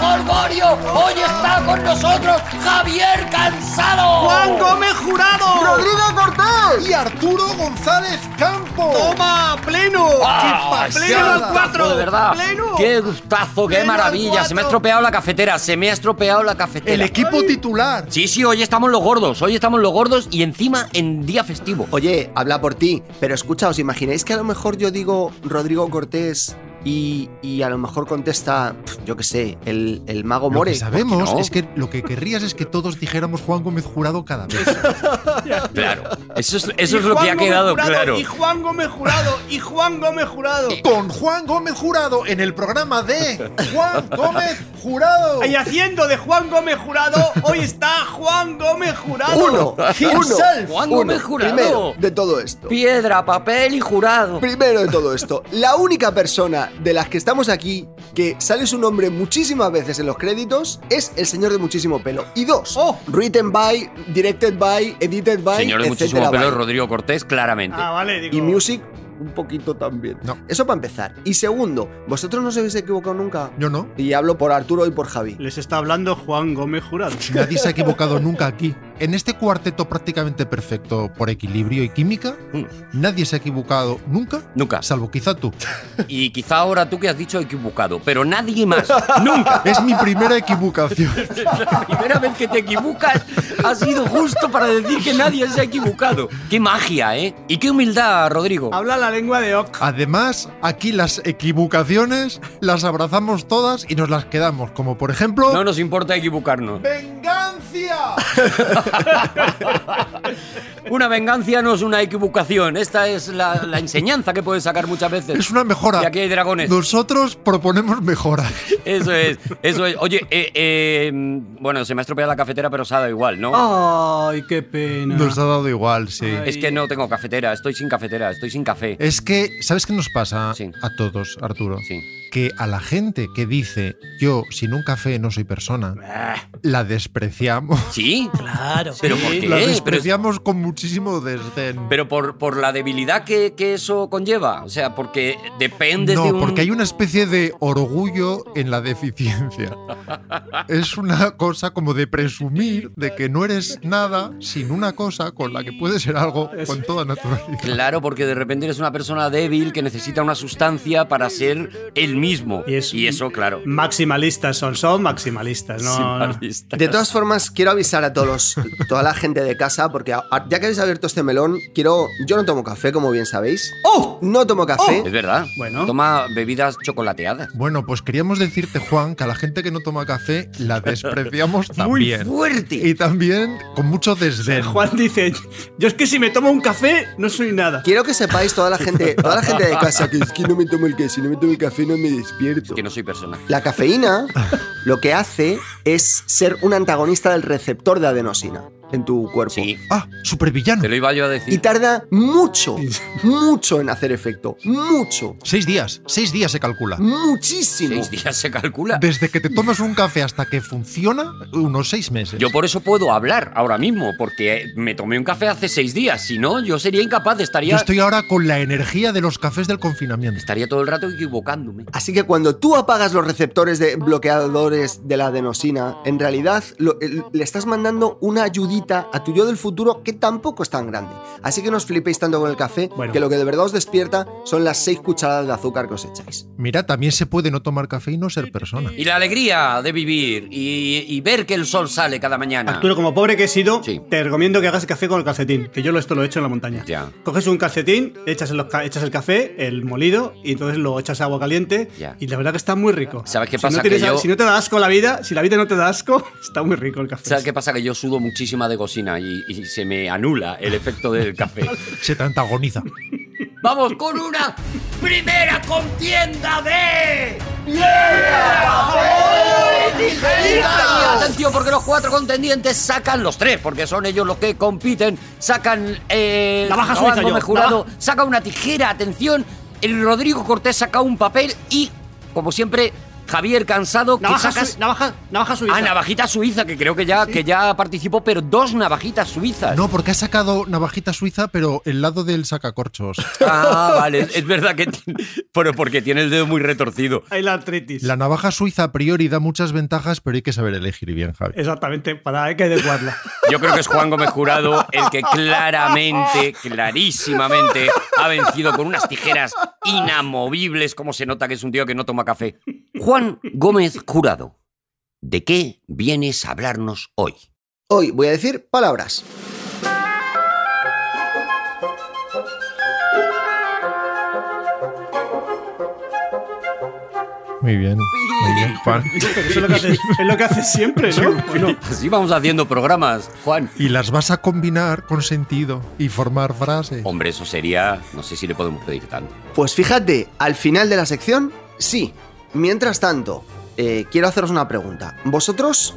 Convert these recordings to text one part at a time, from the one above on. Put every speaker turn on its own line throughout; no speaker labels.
Holgorio. Hoy está con nosotros Javier Cansado.
Juan Gómez Jurado.
Rodrigo Oh. Cortés.
Y Arturo González Campo.
Toma, pleno.
¡Ah!
¡Qué pleno al cuatro.
de verdad.
Pleno.
Qué gustazo, qué
Pleno al
maravilla. Se me ha
cuatro.
estropeado la cafetera, se me ha estropeado la cafetera.
El equipo titular.
Sí, sí, hoy estamos los gordos, hoy estamos los gordos y encima en día festivo.
Oye, habla por ti, pero escucha, ¿os imagináis que a lo mejor yo digo Rodrigo Cortés y, y a lo mejor contesta, pf, yo qué sé, el, el mago
Lo
More?
que sabemos
¿Por qué no?
es que lo que querrías es que todos dijéramos Juan Gómez Jurado cada vez.
Claro, eso es,
Y
eso es lo
Juan
que ha
Gómez
quedado
Jurado,
claro. Eh,
Y Juan Gómez Jurado. Y Juan Gómez Jurado.
Con Juan Gómez Jurado en el programa de Juan Gómez Jurado.
Y haciendo de Juan Gómez Jurado, hoy está Juan Gómez Jurado.
Uno, uno,
Himself.
Juan
uno.
Gómez Jurado.
Primero de todo esto.
Piedra, papel y jurado.
Primero de todo esto, la única persona de las que estamos aquí que sale su nombre muchísimas veces en los créditos es el señor de muchísimo pelo. Y dos,
Oh.
written by, directed by, edited by,
Señor de
etcétera
muchísimo pelo,
by.
Rodrigo Cortés, claramente.
Ah, vale, digo.
Y music un poquito también.
No.
Eso para empezar. Y segundo, vosotros no os habéis equivocado nunca.
Yo no.
Y hablo por Arturo y por Javi.
Les está hablando Juan Gómez Jurado.
Nadie se ha equivocado nunca aquí. En este cuarteto prácticamente perfecto por equilibrio y química, nadie se ha equivocado nunca,
Mm, Nunca.
salvo quizá tú.
Y quizá ahora tú que has dicho equivocado, pero nadie más. Nunca.
Es mi primera equivocación.
La primera vez que te equivocas ha sido justo para decir que nadie se ha equivocado. Qué magia, ¿eh? Y qué humildad, Rodrigo.
Habla la lengua de Oc.
Además, aquí las equivocaciones las abrazamos todas y nos las quedamos, como por ejemplo...
No nos importa equivocarnos.
¡Vengancia!
Una venganza no es una equivocación. Esta es la, la enseñanza que puedes sacar muchas veces.
Es una mejora.
Y aquí hay dragones.
Nosotros proponemos mejora.
Eso es, eso es. Oye, eh, eh, bueno, se me ha estropeado la cafetera, pero se ha dado igual, ¿no?
Ah.
Ay, qué pena.
Nos ha dado igual, sí.
Ay.
Es que no tengo cafetera, estoy sin cafetera, estoy sin café.
Es que, ¿sabes qué nos pasa
Sí.
a todos, Arturo?
Sí.
Que a la gente que dice yo sin un café no soy persona,
Ah.
la despreciamos.
¿Sí?
Claro.
¿Pero por qué?
La
pero es-
despreciamos con muchísimo desdén.
Pero por, por la debilidad que, que eso conlleva. O sea, porque dependes de
no,
un...
porque hay una especie de orgullo en la deficiencia. es una cosa como de presumir de que no eres nada sin una cosa con la que puedes ser algo con toda naturalidad.
Claro, porque de repente eres una persona débil que necesita una sustancia para ser el mismo.
Y es-
eso, claro.
Maximalistas son, son maximalistas, ¿no?
Simplista.
De todas formas, quiero avisar a todos los- toda la gente de casa, porque a- ya que habéis abierto este melón, quiero. Yo no tomo café, como bien sabéis.
¡Oh!
No tomo café.
Es verdad.
Bueno.
Toma bebidas chocolateadas.
Bueno, pues queríamos decirte, Juan, que a la gente que no toma café la despreciamos
Muy
también.
fuerte.
Y también con mucho desdén.
Eh, Juan dice, yo es que si me tomo un café no soy nada.
Quiero que sepáis toda la gente, toda la gente de casa que es que no me tomo el café, si no me tomo el café no me despierto.
Que no soy persona.
La cafeína lo que hace es ser un antagonista del receptor de adenosina en tu cuerpo.
Sí,
Ah, supervillano.
te lo iba yo a
Y
decir.
tarda mucho, mucho en hacer efecto. Mucho,
Seis días. Seis días se calcula.
muchísimo.
Seis días se calcula.
Desde que te tomas un café hasta que funciona, unos seis meses.
Yo por eso puedo hablar ahora mismo, porque me tomé un café hace seis días. Si no, yo sería incapaz, estaría,
Yo estoy ahora con la energía de los cafés del confinamiento.
estaría todo el rato equivocándome.
Así que cuando tú apagas los receptores de bloqueadores de la adenosina, en realidad lo- el- le estás mandando una ayudita a tu yo del futuro que tampoco es tan grande. Así que no os flipéis tanto con el café,
Bueno.
que lo que de verdad os despierta son las seis cucharadas de azúcar que os echáis.
Mira, también se puede no tomar café y no ser persona.
Y la alegría de vivir y, y ver que el sol sale cada mañana.
Arturo, como pobre que he sido,
Sí.
te recomiendo que hagas café con el calcetín, que yo lo- esto lo he hecho en la montaña.
Ya.
Coges un calcetín, echas el, echas el café, el molido, y entonces luego echas agua caliente,
Ya.
y la verdad que está muy rico.
¿Sabes qué
Si
pasa?
No tienes-
Que yo-
Si no te da asco la vida, si la vida no te da asco, está muy rico el café.
¿Sabes qué pasa? Que yo sudo muchísima de cocina y, y se me anula el efecto del café.
Se te antagoniza.
Vamos con una primera contienda de. ¡Yeah! Atención, porque los cuatro contendientes sacan los tres, porque son ellos los que compiten. Sacan. Eh,
Navaja
Juan
suiza yo,
Gómez Jurado saca una tijera, atención. El Rodrigo Cortés saca un papel y, como siempre, Javier Cansado, que
Navaja,
sacas.
sui- navaja, navaja suiza.
Ah, navajita suiza, que creo que ya, que ya participó, pero dos navajitas suizas.
No, porque ha sacado navajita suiza, pero el lado del sacacorchos.
Ah, vale, es- es verdad que. tiene- Pero porque tiene el dedo muy retorcido.
Hay la artritis.
La navaja suiza a priori da muchas ventajas, pero hay que saber elegir bien, Javi.
Exactamente, para hay que adecuarla.
Yo creo que es Juan Gómez Jurado el que claramente, clarísimamente ha vencido con unas tijeras inamovibles, como se nota que es un tío que no toma café. Juan Gómez Jurado, ¿de qué vienes a hablarnos hoy?
Hoy voy a decir palabras.
Muy bien. Muy bien, Juan.
Pero eso es lo que haces, es lo que haces siempre, ¿no? ¿O no?
Así vamos haciendo programas, Juan.
Y las vas a combinar con sentido y formar frases.
Hombre, eso sería. No sé si le podemos pedir tanto.
Pues fíjate, al final de la sección, sí. Mientras tanto, eh, quiero haceros una pregunta. ¿Vosotros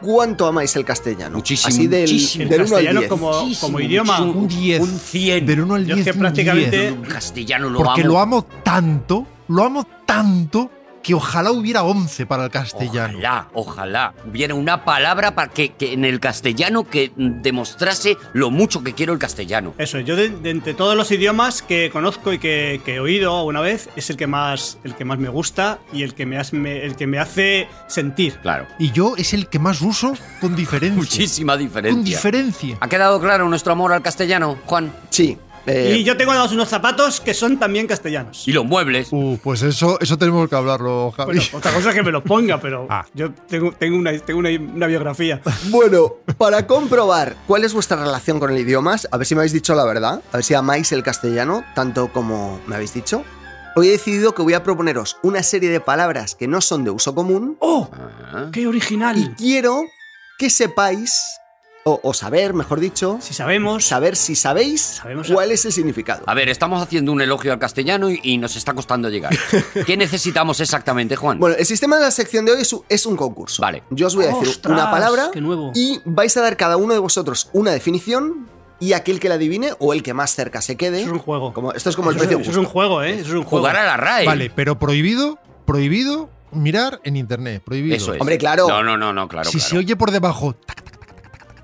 cuánto amáis el castellano?
Muchísimo,
Así del,
muchísimo.
del
El
1 al
castellano
10.
como, como idioma.
muchísimo.
Un 10.
Un 100.
Del 1 al
Yo es
10.
que prácticamente-
Un castellano lo
Porque
amo.
lo amo tanto, lo amo tanto, que ojalá hubiera 11 para el castellano.
Ojalá, ojalá hubiera una palabra para que, que en el castellano que demostrase lo mucho que quiero el castellano.
Eso, yo de, de entre todos los idiomas que conozco y que, que he oído alguna vez, es el que más, el que más me gusta y el que me, has- me- el que me hace sentir.
Claro.
Y yo es el que más uso con diferencia.
Muchísima diferencia.
Con diferencia.
¿Ha quedado claro nuestro amor al castellano, Juan?
Sí. eh,
Y yo tengo dados unos zapatos que son también castellanos.
Y los muebles.
Uh, pues eso, eso tenemos que hablarlo, Javi.
Bueno, otra cosa es que me los ponga, pero
Ah.
yo tengo, tengo, una, tengo una, una biografía.
Bueno, para comprobar cuál es vuestra relación con el idioma, a ver si me habéis dicho la verdad, a ver si amáis el castellano tanto como me habéis dicho, hoy he decidido que voy a proponeros una serie de palabras que no son de uso común
¡Oh!
Ah.
¡Qué
y
original!
quiero que sepáis, o, o saber, mejor dicho,
Si sabemos.
saber si sabéis
Sabemos-
cuál es el significado.
A ver, estamos haciendo un elogio al castellano y, y nos está costando llegar. ¿Qué necesitamos exactamente, Juan?
Bueno, el sistema de la sección de hoy es un, es un concurso.
Vale.
Yo os voy a decir
¡Ostras!
una palabra
¡Qué nuevo!
y vais a dar cada uno de vosotros una definición y aquel que la adivine o el que más cerca se quede.
Eso es un juego.
como- esto es como el
Eso es-
precio
eso es
justo.
un juego, ¿eh? Eso es un juego.
Jugar a la RAE.
Vale, pero prohibido, prohibido mirar en internet. Prohibido.
Eso es.
Hombre, claro.
No, no, no, no claro.
si
claro.
se oye por debajo, tac,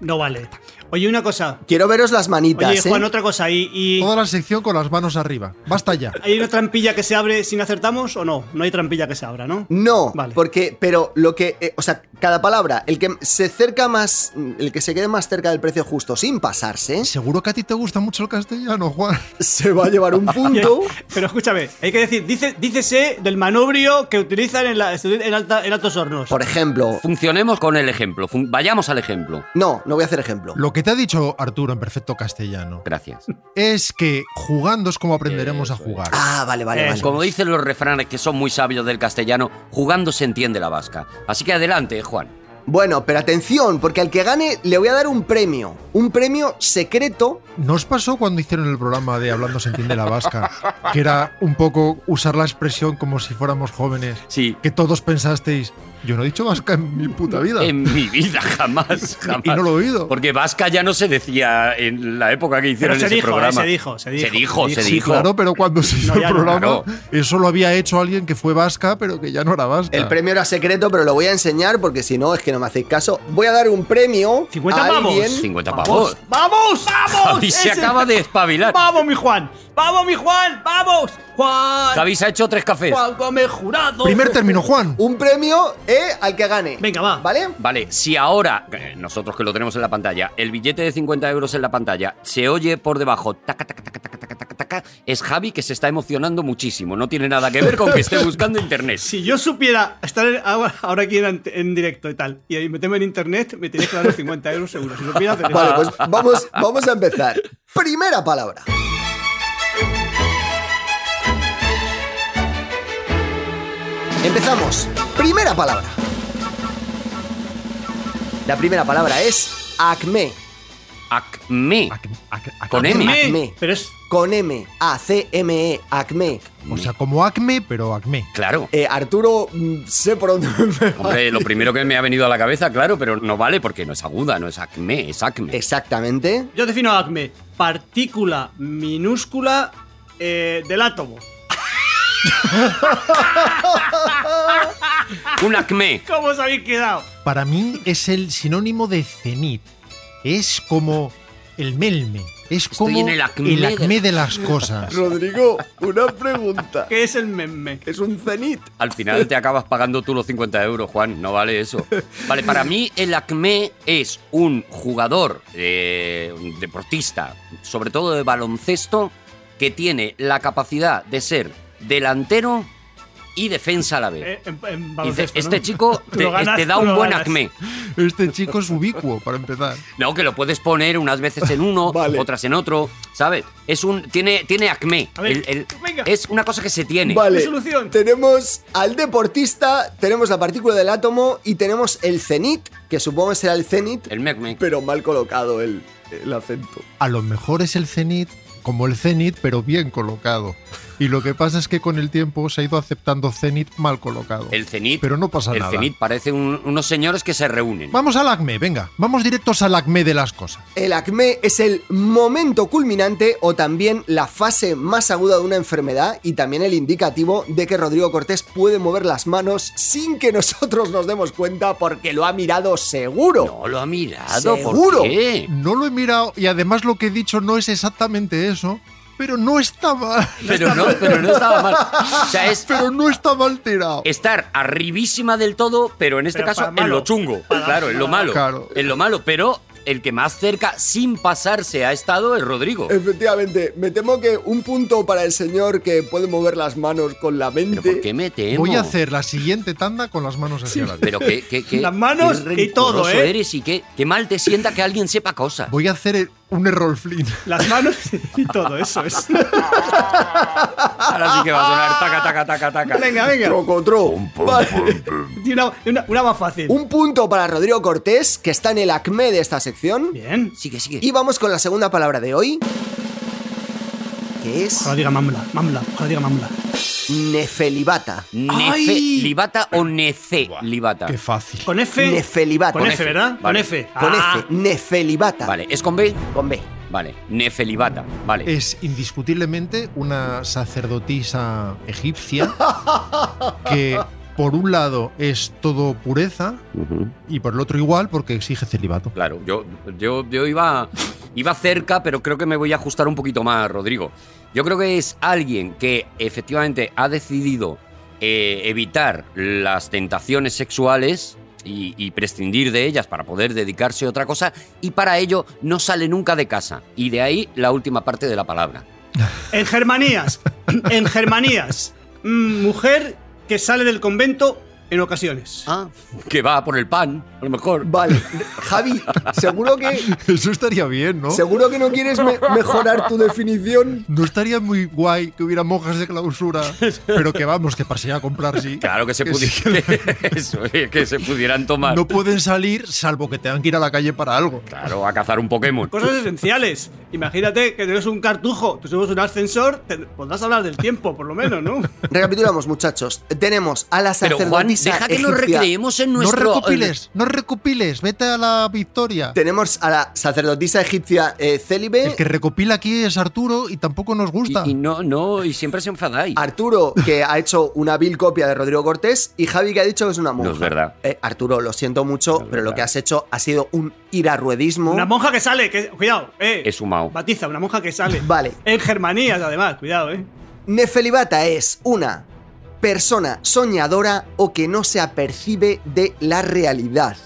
No vale. Oye, una cosa.
Quiero veros las manitas,
Oye, Juan,
¿eh?
otra cosa. ¿Y, y
toda la sección con las manos arriba. Basta ya.
hay una trampilla que se abre si no acertamos o no? No hay trampilla que se abra, ¿no?
No,
Vale.
porque, pero lo que, eh, o sea, cada palabra, el que se cerca más, el que se quede más cerca del precio justo sin pasarse,
Seguro que a ti te gusta mucho el castellano, Juan.
se va a llevar un punto.
Pero escúchame, hay que decir, dice, dícese del manubrio que utilizan en, la- en alta- en altos hornos.
Por ejemplo,
Funcionemos con el ejemplo. fun- Vayamos al ejemplo.
no, no voy a hacer ejemplo.
Lo que te ha dicho Arturo en perfecto castellano
Gracias.
es que jugando es como aprenderemos a
Eso es.
jugar.
Ah, vale, vale,
Eso.
vale.
Como dicen los refranes que son muy sabios del castellano, jugando se entiende la vasca. Así que adelante, Juan.
Bueno, pero atención, porque al que gane le voy a dar un premio. Un premio secreto.
¿No os pasó cuando hicieron el programa de Hablando se entiende la vasca? Que era un poco usar la expresión como si fuéramos jóvenes.
Sí.
Que todos pensasteis, yo no he dicho vasca en mi puta vida.
En mi vida jamás, jamás.
Y no lo he oído.
Porque vasca ya no se decía en la época que
Pero
hicieron
se
ese
dijo, eh,
programa.
se dijo, se dijo.
Se dijo, se
Sí,
dijo.
claro, pero cuando se hizo
No, ya
el
no,
programa,
claro.
eso lo había hecho alguien que fue vasca, pero que ya no era vasca.
Ah.
El premio era secreto, pero lo voy a enseñar porque si no es que no me hacéis caso. Voy a dar un premio
50
a
pavos.
alguien.
50 pavos.
¡Vamos! ¡Vamos!
Javi se
Ese-
acaba de espabilar.
¡Vamos, mi Juan! ¡Vamos, mi Juan! ¡Vamos! ¡Juan!
Javi se ha hecho tres cafés.
¡Juan Gómez Jurado!
Primer término, Juan.
Un premio eh, al que gane.
Venga, va.
¿Vale?
Vale, si ahora, eh, nosotros que lo tenemos en la pantalla, el billete de 50 euros en la pantalla se oye por debajo, taca, taca, taca, taca, taca, taca, taca, es Javi que se está emocionando muchísimo. No tiene nada que ver con que esté buscando internet.
Si yo supiera estar en- ahora ahora aquí en, en directo y tal, y meterme en internet, me tenéis que dar los 50 euros seguro. Si supiera hacer eso.
Vale, pues vamos, vamos a empezar. Primera palabra. Empezamos. Primera palabra. La primera palabra es acme.
Acme.
Ac- ac- ac-
Con E. M.
Acme,
Acme.
Pero es.
Con M, A, C, M, E, Acme.
O sea, como Acme, pero Acme.
Claro.
Eh, Arturo, mm, sé por dónde me va.
Hombre, lo primero que me ha venido a la cabeza, claro, pero no vale porque no es aguda, no es acme, es acme.
Eh. Exactamente.
Yo defino ACME. Partícula minúscula eh, del átomo.
Un acme.
¿Cómo os habéis quedado?
Para mí es el sinónimo de cenit. Es como el melme. Es como
en el acme
el
de-
acme de las cosas.
Rodrigo, una pregunta.
¿Qué es el meme?
Es un cenit.
Al final te acabas pagando tú los 50 euros, Juan. No vale eso. Vale, para mí el acme es un jugador, eh, un deportista, sobre todo de baloncesto, que tiene la capacidad de ser delantero y defensa a la vez.
Eh, en, en
Y dice,
baloncesto, ¿no?
este chico
Tú
te,
lo ganas,
te da
tú
un
lo
buen
ganas".
acme.
Este chico es ubicuo, para empezar.
No, que lo puedes poner unas veces en uno,
Vale.
otras en otro, ¿sabes? Es un tiene tiene acme.
A ver,
El- el-
venga.
es una cosa que se tiene.
Vale.
Mi solución.
Tenemos al deportista, tenemos la partícula del átomo y tenemos el cenit, que supongo que será el cenit,
El mecme.
pero mal colocado el, el acento.
A lo mejor es el cenit como el cenit, pero bien colocado. Y lo que pasa es que con el tiempo se ha ido aceptando cenit mal colocado.
El cenit.
Pero no pasa
el
nada.
cenit parece un- unos señores que se reúnen.
Vamos al acme, venga. Vamos directos al acme de las cosas.
El acme es el momento culminante o también la fase más aguda de una enfermedad y también el indicativo de que Rodrigo Cortés puede mover las manos sin que nosotros nos demos cuenta porque lo ha mirado seguro.
No lo ha mirado,
Seguro.
¿por qué?
No lo he mirado y además lo que he dicho no es exactamente eso, pero no está mal.
Pero no, pero no estaba mal. O sea, es
Pero no estaba alterado.
estar arribísima del todo, pero en este
Pero
caso
para
en
malo.
lo chungo.
Para-
claro, en lo malo.
Claro.
En lo malo, pero el que más cerca sin pasarse ha estado es Rodrigo.
Efectivamente, me temo que un punto para el señor que puede mover las manos con la
Pero
mente.
¿por qué me temo?
Voy a hacer la siguiente tanda con las manos hacia la
Pero qué, qué, qué-
Las manos
qué
y todo,
rencoroso
¿eh?
eres y qué, qué mal te sienta que alguien sepa cosas.
Voy a hacer el- un error flint.
Las manos y todo eso es.
Ahora sí que va a sonar taca, taca, taca, taca.
venga, venga.
Trocotro. Vale.
Y una, y una- una más fácil.
Un punto para Rodrigo Cortés, que está en el acme de esta sección.
Bien.
Sigue, sigue.
Y vamos con la segunda palabra de hoy, que es
Ojalá diga mamla, mamla, ojalá diga mamla.
nefelibata.
Nefelibata o necelibata.
Qué fácil.
Con F.
Nefelibata.
Con F, ¿verdad? Con
Vale.
F.
Con
Ah,
F, nefelibata.
Vale, ¿es con B?
Con B.
Vale, nefelibata. Vale.
Es indiscutiblemente una sacerdotisa egipcia que por un lado es todo pureza
Ujú,
y por el otro igual porque exige celibato.
Claro, yo, yo, yo iba, iba cerca, pero creo que me voy a ajustar un poquito más, Rodrigo. Yo creo que es alguien que efectivamente ha decidido eh, evitar las tentaciones sexuales y, y prescindir de ellas para poder dedicarse a otra cosa y para ello no sale nunca de casa. Y de ahí la última parte de la palabra.
En Germanías. En Germanías. Mm, Mujer que sale del convento en ocasiones.
Ah, que va por el pan, a lo mejor.
Vale. Javi, seguro que,
Eso estaría bien, ¿no?
seguro que no quieres me- mejorar tu definición.
No estaría muy guay que hubiera monjas de clausura, pero que vamos, que para ir a comprar sí.
Claro que se,
Que sí,
pudi- Eso, eh, que se pudieran tomar.
No pueden salir salvo que tengan que ir a la calle para algo.
Claro, a cazar un Pokémon.
Cosas esenciales. Imagínate que tenemos un cartujo, tú subes un ascensor, te- podrás hablar del tiempo, por lo menos, ¿no?
Recapitulamos, muchachos. Tenemos a la
Pero Juan,
sacerdotisa
deja que nos
egipcia.
recreemos en
No
nuestro...
recopiles, no recopiles, vete a la victoria.
Tenemos a la sacerdotisa egipcia eh, célibe.
El que recopila aquí es Arturo y tampoco nos gusta.
Y, y no, no, y siempre se enfadáis.
Arturo, que ha hecho una vil copia de Rodrigo Cortés, y Javi, que ha dicho que es una monja.
No es verdad.
Eh, Arturo, lo siento mucho, pero lo
verdad.
que has hecho ha sido un irarruedismo.
Una monja que sale, que. Cuidado, eh.
Es humao.
Batiza, una monja que sale.
Vale.
En Germanías, además, cuidado, eh.
Nefelibata es una persona soñadora o que no se apercibe de la realidad.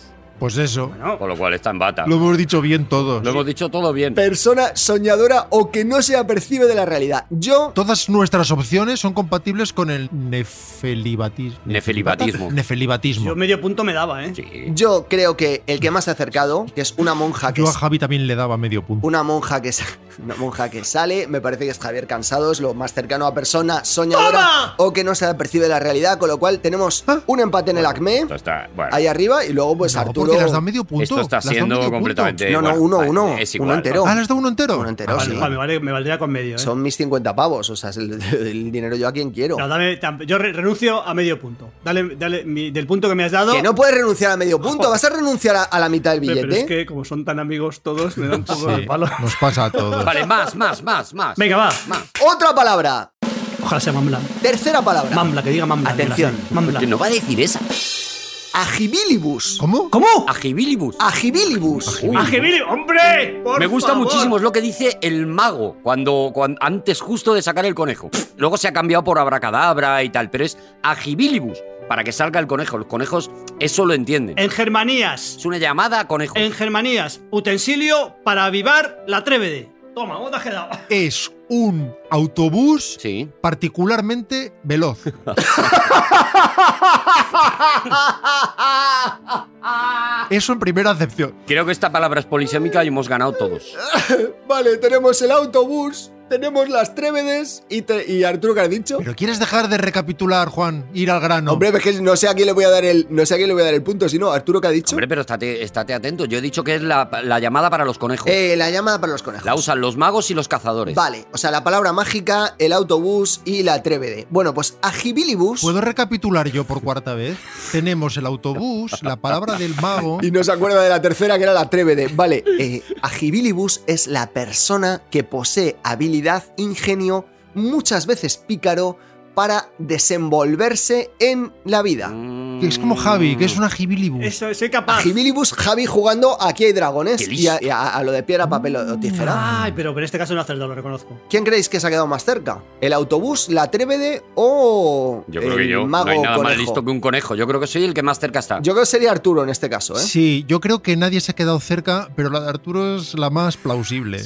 Pues eso,
Bueno,
Con lo cual está en bata.
lo
Lo,
hemos dicho bien todos.
hemos dicho todo bien.
Persona soñadora o que no se apercibe de la realidad. Yo
Todas nuestras opciones son compatibles con el nefelibatismo.
Nefelibatismo.
Nefelibatismo.
yo medio punto me daba, eh.
Sí.
Yo creo que el que más se ha acercado, que es una monja que
Yo a
es-
Javi también le daba medio punto.
una monja que sa- una monja que sale, me parece que es Javier Cansado, es lo más cercano a persona soñadora
¡Toma!
o que no se percibe la realidad, con lo cual tenemos un empate en el acme
Esto está- bueno.
ahí arriba y luego pues
Ah. No,
Arturo seguro.
Porque las da medio punto.
Esto está
las da medio
siendo
punto.
completamente.
No, no,
bueno,
uno,
vale,
uno.
es
Uno
igual,
entero.
Ah, las da uno entero.
Uno entero,
Ah,
sí.
vale,
Joder, me, vale- me valdría con medio, ¿eh?
Son mis 50 pavos, o sea, es el, el dinero yo a quien quiero.
No, dame- tam- yo re- renuncio a medio punto. Dale, dale mi- del punto que me has dado.
Que no puedes renunciar a medio punto, vas a renunciar a, a la mitad del
Pero-
billete.
Pero es que como son tan amigos todos, me dan un poco de palo.
Nos pasa a todos.
Vale, más, más, más, más.
Venga, va.
Más.
Otra palabra,
Ojalá sea Mambla.
tercera palabra.
Mambla, que diga Mambla.
Atención.
que la- Mambla.
Porque no va a decir esa.
Agibilibus.
¿Cómo?
¿Cómo?
Ah, Agibilibus.
Agibilibus.
Uy,
¡Ajebile! ¡Hombre! Por
me gusta
favor.
muchísimo, es lo que dice el mago cuando, cuan- antes justo de sacar el conejo. Luego se ha cambiado por abracadabra y tal, pero es agibilibus para que salga el conejo. Los conejos eso lo entienden.
En Germanías.
Es una llamada a conejo.
En Germanías. Utensilio para avivar la trévede. Toma, ¿cómo te has quedado?
Es un autobús
Sí.
particularmente veloz. Eso en primera acepción.
Creo que esta palabra es polisémica y hemos ganado todos.
Vale, tenemos el autobús, tenemos las trévedes y, te- y Arturo que ha dicho.
Pero ¿quieres dejar de recapitular, Juan? Ir al grano.
Hombre, es que no sé a quién le voy a dar el, no sé a quién le voy a dar el punto, sino Arturo que ha dicho.
Hombre, pero estate, estate atento. Yo he dicho que es la, la llamada para los conejos.
Eh, la llamada para los conejos.
La usan los magos y los cazadores.
Vale, o sea, la palabra mágica, el autobús y la trévede. Bueno, pues agibilibus.
¿Puedo recapitular yo por cuarta vez? Tenemos el autobús, la palabra del mago.
Y no se acuerda de la tercera, que era la trévede. Vale, eh, agibilibus es la persona que posee habilidad, ingenio, muchas veces pícaro, para desenvolverse en la vida.
Mm.
Que es como Javi, que es ¿eh? una jibilibus.
Eso, soy capaz.
Agibilibus, Javi jugando a Aquí hay dragones
Qué
y, a,
listo.
y a- a lo de piedra, papel o tijera.
Ay, pero pero en este caso no acertado, lo reconozco.
¿Quién creéis que se ha quedado más cerca? ¿El autobús, la trévede o
Yo creo
el
que yo.
mago
no hay nada más
conejo?
listo que un conejo. Yo creo que soy el que más cerca está.
Yo creo que sería Arturo en este caso, ¿eh?
Sí, yo creo que nadie se ha quedado cerca, pero la de Arturo es la más plausible.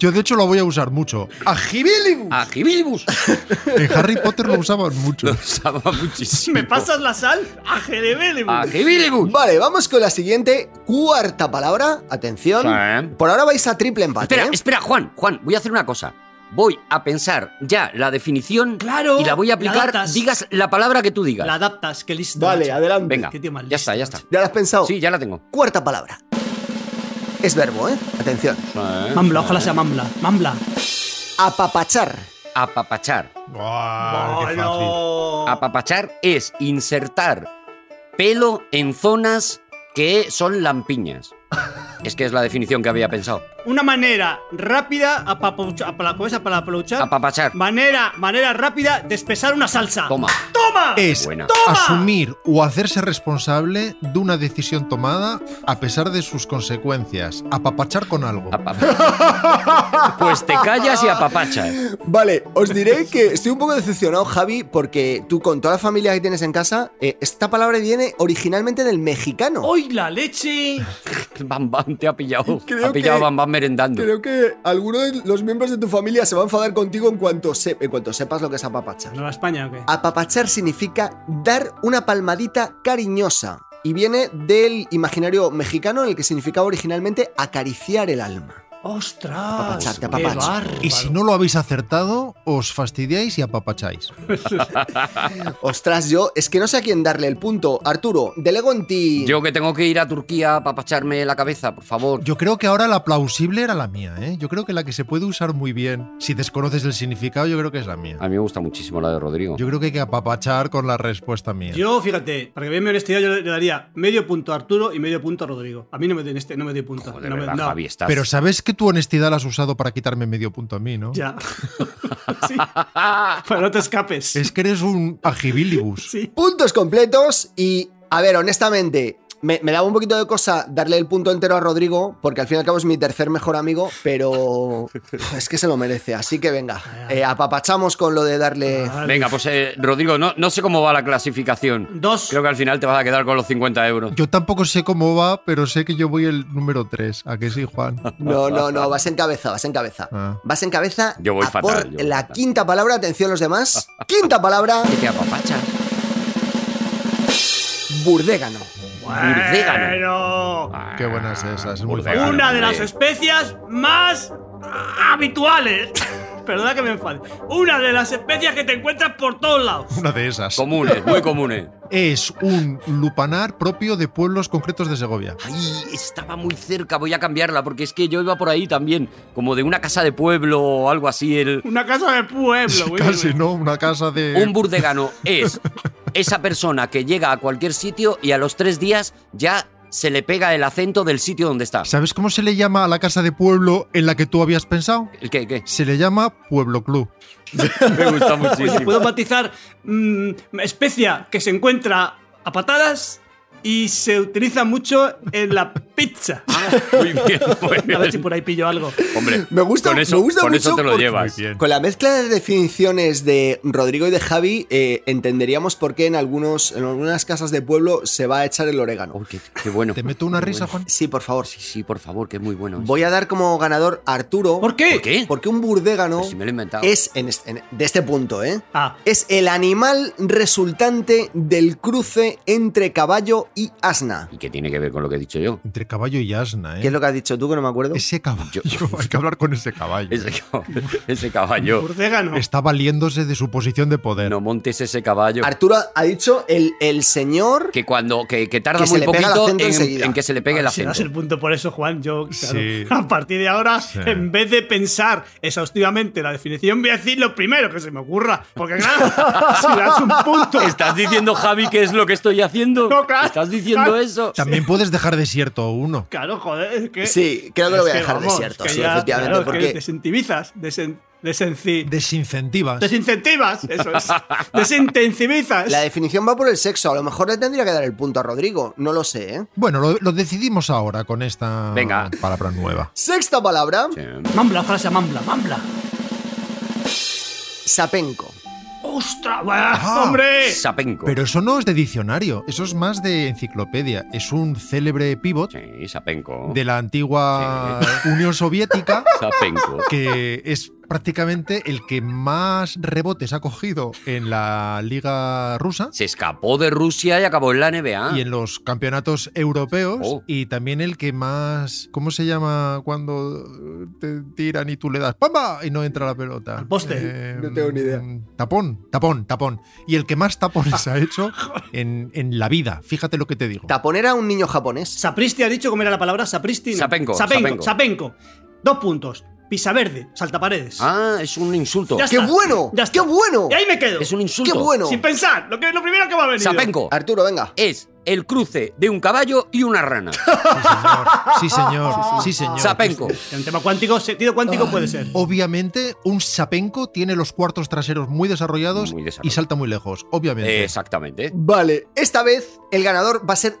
Yo de hecho lo voy a usar mucho. ¡Agibilibus!
Agibilibus.
En Harry Potter lo usaban mucho.
Lo usaba muchísimo.
¿Me pasas la sal? ¡Ajerebele!
Ah, Agibilibus.
Vale, vamos con la siguiente, cuarta palabra. Atención.
Sí.
Por ahora vais a triple empate.
Espera,
¿eh?
espera, Juan, Juan, voy a hacer una cosa. Voy a pensar ya la definición
Claro,
y la voy a
la
aplicar.
adaptas.
digas la palabra que tú digas.
La adaptas, qué listo.
Vale,
macho.
adelante.
Venga,
Qué tío más
ya
listo,
está, ya está.
¿Ya lo has pensado?
Sí, ya la tengo.
Cuarta palabra. Es verbo, ¿eh? Atención.
Mambla, ojalá sea Mambla. Mambla.
Apapachar.
Apapachar.
Buah, Ah, qué fácil.
Bueno.
Apapachar es insertar pelo en zonas que son lampiñas. Es que es la definición que había pensado.
Una manera rápida para para
Apapachar.
Manera, manera rápida de espesar una salsa.
Toma. Eh.
¡Toma!
Es
Buena.
¡Toma!
asumir o hacerse responsable de una decisión tomada a pesar de sus consecuencias. Apapachar con algo.
Apapachar. Pues te callas y apapachas.
Vale, os diré que estoy un poco decepcionado, Javi, porque tú con toda la familia que tienes en casa, eh, esta palabra viene originalmente del mexicano.
¡Hoy la leche!
Bam Bam te ha pillado.
Creo
ha pillado
que-
Bam Bam merendando.
que alguno de los miembros de tu familia se va a enfadar contigo en cuanto, se- en cuanto sepas lo que es apapachar.
¿No va a España o qué?
Apapachar significa dar una palmadita cariñosa y viene del imaginario mexicano en el que significaba originalmente acariciar el alma.
¡Ostras!
Apapacharte,
¡Qué
apapacho.
bárbaro!
Y si no lo habéis acertado, os fastidiáis y apapacháis.
Ostras, yo es que no sé a quién darle el punto. Arturo, delego en ti.
Yo que tengo que ir a Turquía a apapacharme la cabeza, por favor.
Yo creo que ahora la plausible era la mía, ¿eh? Yo creo que la que se puede usar muy bien, si desconoces el significado, yo creo que es la mía.
A mí me gusta muchísimo la de Rodrigo.
Yo creo que hay que apapachar con la respuesta mía.
Yo, fíjate, para que vean mi honestidad, yo le le daría medio punto a Arturo y medio punto a Rodrigo. A mí no me, den este, no me dio punto.
Joder,
no me,
verdad,
no.
Javi, estás.
Pero sabes que tu honestidad la has usado para quitarme medio punto a mí, ¿no?
Ya. sí. Para no te escapes.
Es que eres un agibilibus.
Sí.
Puntos completos y, a ver, honestamente, me, me daba un poquito de cosa darle el punto entero a Rodrigo, porque al fin y al cabo es mi tercer mejor amigo, pero es que se lo merece. Así que venga, eh, apapachamos con lo de darle...
Vale.
Venga, pues eh, Rodrigo, no, no sé cómo va la clasificación.
Dos.
Creo que al final te vas a quedar con los 50 euros.
Yo tampoco sé cómo va, pero sé que yo voy el número 3. ¿A que sí, Juan?
No,
Ah,
no, no, vas en cabeza, vas en cabeza.
Ah.
Vas en cabeza
Yo voy
a
fatal,
por
yo voy
la
fatal.
quinta palabra, atención los demás. Quinta palabra,
Que te apapachas.
burdégano.
Bueno.
Qué buena es esa, es muy
burdégano,
fácil.
Una de las
hombre.
especias más habituales. Perdona que me enfade. Una de las especias que te encuentras por todos lados.
Una de esas.
Comunes, muy comunes.
es un lupanar propio de pueblos concretos de Segovia.
Ay, estaba muy cerca, voy a cambiarla porque es que yo iba por ahí también, como de una casa de pueblo o algo así. El,
Una casa de pueblo, güey.
Casi, ¿no? Una casa de.
un burdegano es esa persona que llega a cualquier sitio y a los tres días ya se le pega el acento del sitio donde está.
¿Sabes cómo se le llama a la casa de pueblo en la que tú habías pensado?
¿El qué? pues, ¿Qué?
Se le llama Pueblo Club.
Me gusta
Oye,
muchísimo.
puedo bautizar mm, especia que se encuentra a patadas y se utiliza mucho en la pizza.
Muy bien, muy
A ver si
bien.
por ahí pillo algo.
Hombre,
Me gusta-
con eso,
me gusta
con eso
mucho
te lo
porque-
llevas.
Muy bien.
Con la mezcla de definiciones de Rodrigo y de Javi, eh, entenderíamos por qué en, algunos, en algunas casas de pueblo se va a echar el orégano.
Uy, Oh, qué, qué bueno.
¿Te meto una
Muy
risa,
bueno.
Juan?
Sí, por favor.
Sí, sí, por favor, que es muy bueno.
Voy a dar como ganador a Arturo.
¿Por qué?
¿Por qué?
Porque un
¿Eh?
burdégano
Pues si me lo he inventado.
es, en es- en- de este punto, ¿eh?
Ah,
Es el animal resultante del cruce entre caballo y asna.
¿Y qué tiene que ver con lo que he dicho yo?
Entre caballo y asna, ¿eh?
¿Qué es lo que has dicho tú que no me acuerdo?
Ese caballo.
Yo-
Hay que hablar con ese caballo. ¿eh?
Ese, cab- ese caballo.
burdégano.
Está valiéndose de su posición de poder.
No montes ese caballo.
Arturo ha dicho el, el señor.
Que cuando que, que tarda
Que se
muy
le pega el
poquito
acento
en,
enseguida.
en que se le pegue
Ah,
el
si
acento.
das el punto por eso, Juan, yo claro,
Sí.
a partir de ahora,
Sí.
en vez de pensar exhaustivamente la definición, voy a decir lo primero que se me ocurra. Porque claro, si das un punto.
¿Estás diciendo, Javi, qué es lo que estoy haciendo?
No, claro.
¿Estás diciendo
Ah.
eso?
También puedes dejar desierto uno.
Claro, joder, es que.
Sí, creo que lo
es
voy a dejar
vamos,
desierto,
es que
sí, efectivamente,
claro, es
porque-
que desincentivizas, desen- desenci-
Desincentivas.
desincentivas, eso es. Desintensivizas.
La definición va por el sexo. A lo mejor le tendría que dar el punto a Rodrigo. No lo sé, ¿eh?
Bueno, lo, lo decidimos ahora con esta
Venga.
palabra nueva.
Sexta palabra,
Sí.
Mambla, frase mambla, mambla.
sapenco.
¡Ostras! buah, ¡Hombre!
Sapenco.
Pero eso no es de diccionario, eso es más de enciclopedia. Es un célebre pivot
Sí, Sapenco.
de la antigua Unión Soviética
Sapenco.
que es prácticamente el que más rebotes ha cogido en la liga rusa
Se escapó de Rusia y acabó en la NBA.
y en los campeonatos europeos
Ah. Oh.
y también el que más ¿cómo se llama cuando te tiran y tú le das ¡pamba! y no entra la pelota?
Al poste.
Eh,
No tengo ni idea.
Tapón, tapón, tapón. Y el que más tapones ha hecho en, en la vida, fíjate lo que te digo.
Taponer a un niño japonés.
Sapristi ha dicho cómo era la palabra sapristi. no.
Sapenco, sapenco.
Sapenco. Sapenco. Dos puntos. Pisaverde. Saltaparedes.
Ah, es un insulto.
Ya
¡Qué
está.
bueno!
Ya
¡Qué
está.
bueno!
Y ahí me quedo.
Es un insulto.
¡Qué bueno!
Sin pensar. Lo, que, lo primero que me ha venido.
Sapenco
Arturo, venga.
es el cruce de un caballo y una rana.
Sí, señor. Sí, señor.
Sapenco.
En tema cuántico, sentido cuántico puede ser.
Obviamente, un sapenco tiene los cuartos traseros muy desarrollados
Muy Eh,
y
desarrollado.
salta muy lejos, obviamente.
Exactamente.
Vale, esta vez el ganador va a ser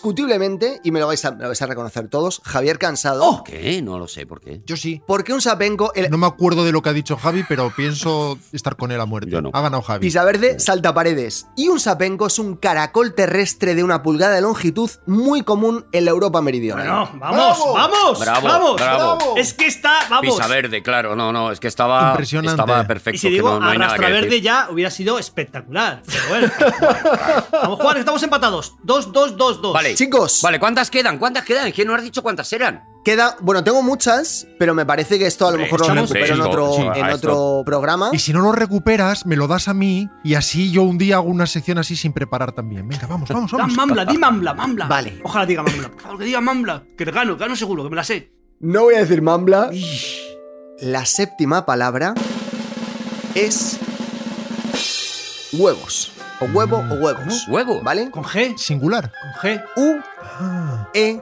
indiscutiblemente, y me lo vais a, me lo vais a reconocer todos, Javier Cansado.
¿Qué? No lo sé por qué.
Yo sí.
Porque un sapenco, el
No me acuerdo de lo que ha dicho Javi, pero pienso estar con él a muerte.
Yo no.
Ha ganado Javi.
pisaverde salta paredes. Y un sapenco es un caracol terrestre de una pulgada de longitud muy común en la Europa meridional.
Bueno, vamos,
Bravo.
vamos,
Bravo,
vamos.
bravo.
Es que está, vamos.
Pisa verde, claro. No, no, es que estaba,
Impresionante.
estaba perfecto.
Y si
que
digo
no, no hay nada que
arrastra verde
decir.
ya hubiera sido espectacular. Pero bueno. vamos, Juan, estamos empatados. Dos, dos, dos, dos.
Vale.
Chicos,
Vale, ¿cuántas quedan? ¿Cuántas quedan? Es que no has dicho cuántas eran.
queda. Bueno, tengo muchas, pero me parece que esto a lo
Hombre,
mejor lo
estamos-
recupero en
Esto,
otro,
sí,
en
a
otro programa.
Y si no lo recuperas, me lo das a mí y así yo un día hago una sección así sin preparar también. Venga, vamos, vamos,
Da
vamos.
mambla, di mambla, mambla.
Vale.
Ojalá diga mambla. Por favor, que diga mambla. Que le gano, gano seguro, que me la sé.
No voy a decir mambla. La séptima palabra es huevos. O huevo o huevos.
Huevo.
¿Vale?
Con G,
Singular.
con G.
U,
Ah,
E,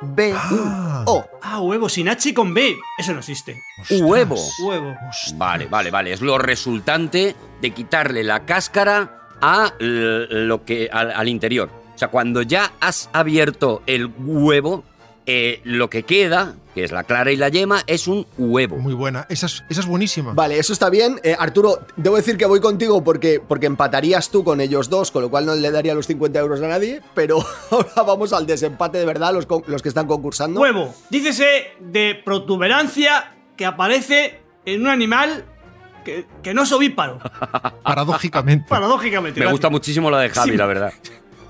B,
Ah.
U, O.
Ah, huevo, sin H y con B. Eso no existe.
ostras.
Huevo.
Huevo.
Vale, vale, vale. Es lo resultante de quitarle la cáscara a l- lo que, al, al interior. O sea, cuando ya has abierto el huevo, eh, lo que queda, que es la clara y la yema, es un huevo.
Muy buena. Esa es, esa es buenísima.
Vale, eso está bien. Eh, Arturo, debo decir que voy contigo porque, porque empatarías tú con ellos dos, con lo cual no le daría los 50 euros a nadie. Pero ahora vamos al desempate de verdad, los, con- los que están concursando.
Huevo. Dícese de protuberancia que aparece en un animal que, que no es ovíparo.
Paradójicamente.
Paradójicamente.
Me gusta
gracias.
muchísimo la de Javi,
Sí.
la verdad.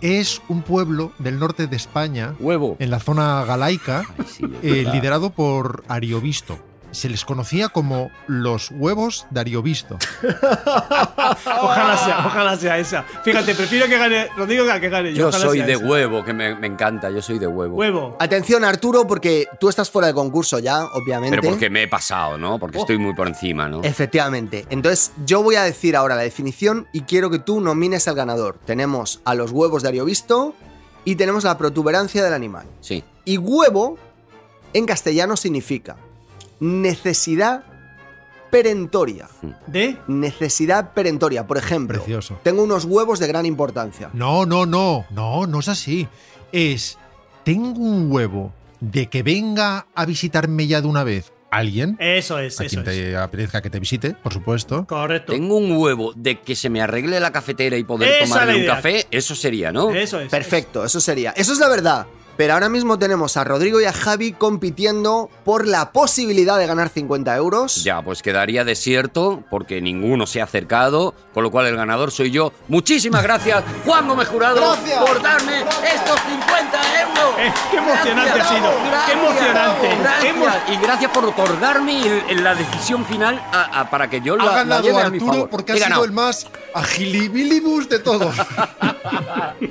Es un pueblo del norte de España,
Huevo.
en la zona galaica,
Ay, sí, es
eh,
verdad.
liderado por Ariovisto. se les conocía como los huevos Dariovisto.
Ojalá sea, ojalá sea esa. Fíjate, prefiero que gane Rodrigo que a que gane yo.
Yo
ojalá
soy
sea
de
esa.
huevo, que me, me encanta, yo soy de huevo.
Huevo.
Atención, Arturo, porque tú estás fuera de concurso ya, obviamente.
Pero porque me he pasado, ¿no?
Oh.
Porque estoy muy por encima, ¿no?
Efectivamente. Entonces, yo voy a decir ahora la definición y quiero que tú nomines al ganador. Tenemos a los huevos de Ariovisto y tenemos la protuberancia del animal.
Sí.
Y huevo en castellano significa necesidad perentoria.
¿De?
Necesidad perentoria, por ejemplo.
Precioso.
Tengo unos huevos de gran importancia.
No, no, no, no, no es así. Es, tengo un huevo de que venga a visitarme ya de una vez alguien,
Eso es,
a
eso
quien
es.
te apetezca que te visite, por supuesto.
Correcto.
Tengo un huevo de que se me arregle la cafetera y poder
Esa
tomarme
la
un
idea.
café, eso sería, ¿no?
Eso es.
Perfecto, eso sería. Eso es la verdad. Pero ahora mismo tenemos a Rodrigo y a Javi compitiendo por la posibilidad de ganar 50 euros.
Ya, pues quedaría desierto porque ninguno se ha acercado, con lo cual el ganador soy yo. Muchísimas gracias, Juan Gómez Jurado,
Gracias.
por darme estos 50 euros.
Eh, qué emocionante
Gracias,
ha sido, qué emocionante,
gracias.
qué emo-
y gracias por otorgarme el- el- la decisión final a- a- para que yo la,
Ha
la
ganado
lleve a mi favor.
Arturo porque
He
ha sido
ganado.
el más agilibilibus de todos.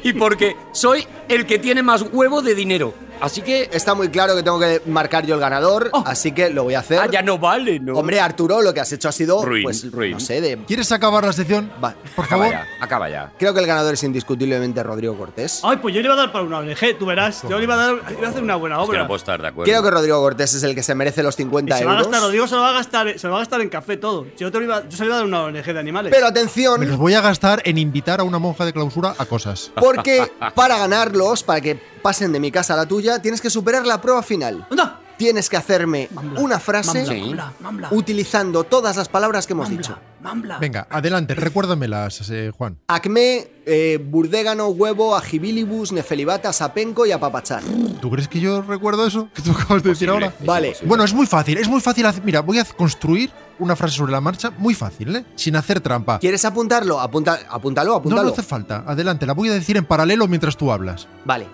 Y porque soy el que tiene más huevo de dinero. Así que
Está muy claro que tengo que marcar yo el ganador,
Oh.
así que lo voy a hacer.
ah, ya no vale, ¿no?
Hombre, Arturo, lo que has hecho ha sido.
Ruin,
pues,
ruin.
no sé, de.
¿Quieres acabar la sección?
Va.
Por
acaba
favor.
ya, acaba ya.
Creo que el ganador es indiscutiblemente Rodrigo Cortés.
Ay, pues yo le iba a dar para una ONG, tú verás. Yo le iba a dar, iba a hacer una buena
Es que
obra.
no puedo estar de acuerdo.
Creo que Rodrigo Cortés es el que se merece los
Y
50
se va a
euros.
gastar, Rodrigo se lo va a gastar, se lo va a gastar en café todo. Yo, te lo iba, yo se lo iba a dar una ONG de animales.
Pero
Me los
atención,
voy a gastar en invitar a una monja de clausura a cosas.
porque para ganarlos, para que pasen de mi casa a la tuya, tienes que superar la prueba final.
¡Anda!
Tienes que hacerme una frase
Sí.
utilizando todas las palabras que hemos dicho.
Venga, adelante, recuérdamelas, eh, Juan.
Acme, eh, burdégano, huevo, agibilibus, nefelibata, sapenco y apapachán.
¿Tú crees que yo recuerdo eso que tú acabas de decir ahora?
Es
Vale.
imposible.
Bueno, es muy fácil, es muy fácil. hacer- Mira, voy a construir una frase sobre la marcha muy fácil, ¿eh? Sin hacer trampa.
¿Quieres apuntarlo? Apunta, apúntalo,
No,
apúntalo.
no hace falta. Adelante, la voy a decir en paralelo mientras tú hablas.
Vale.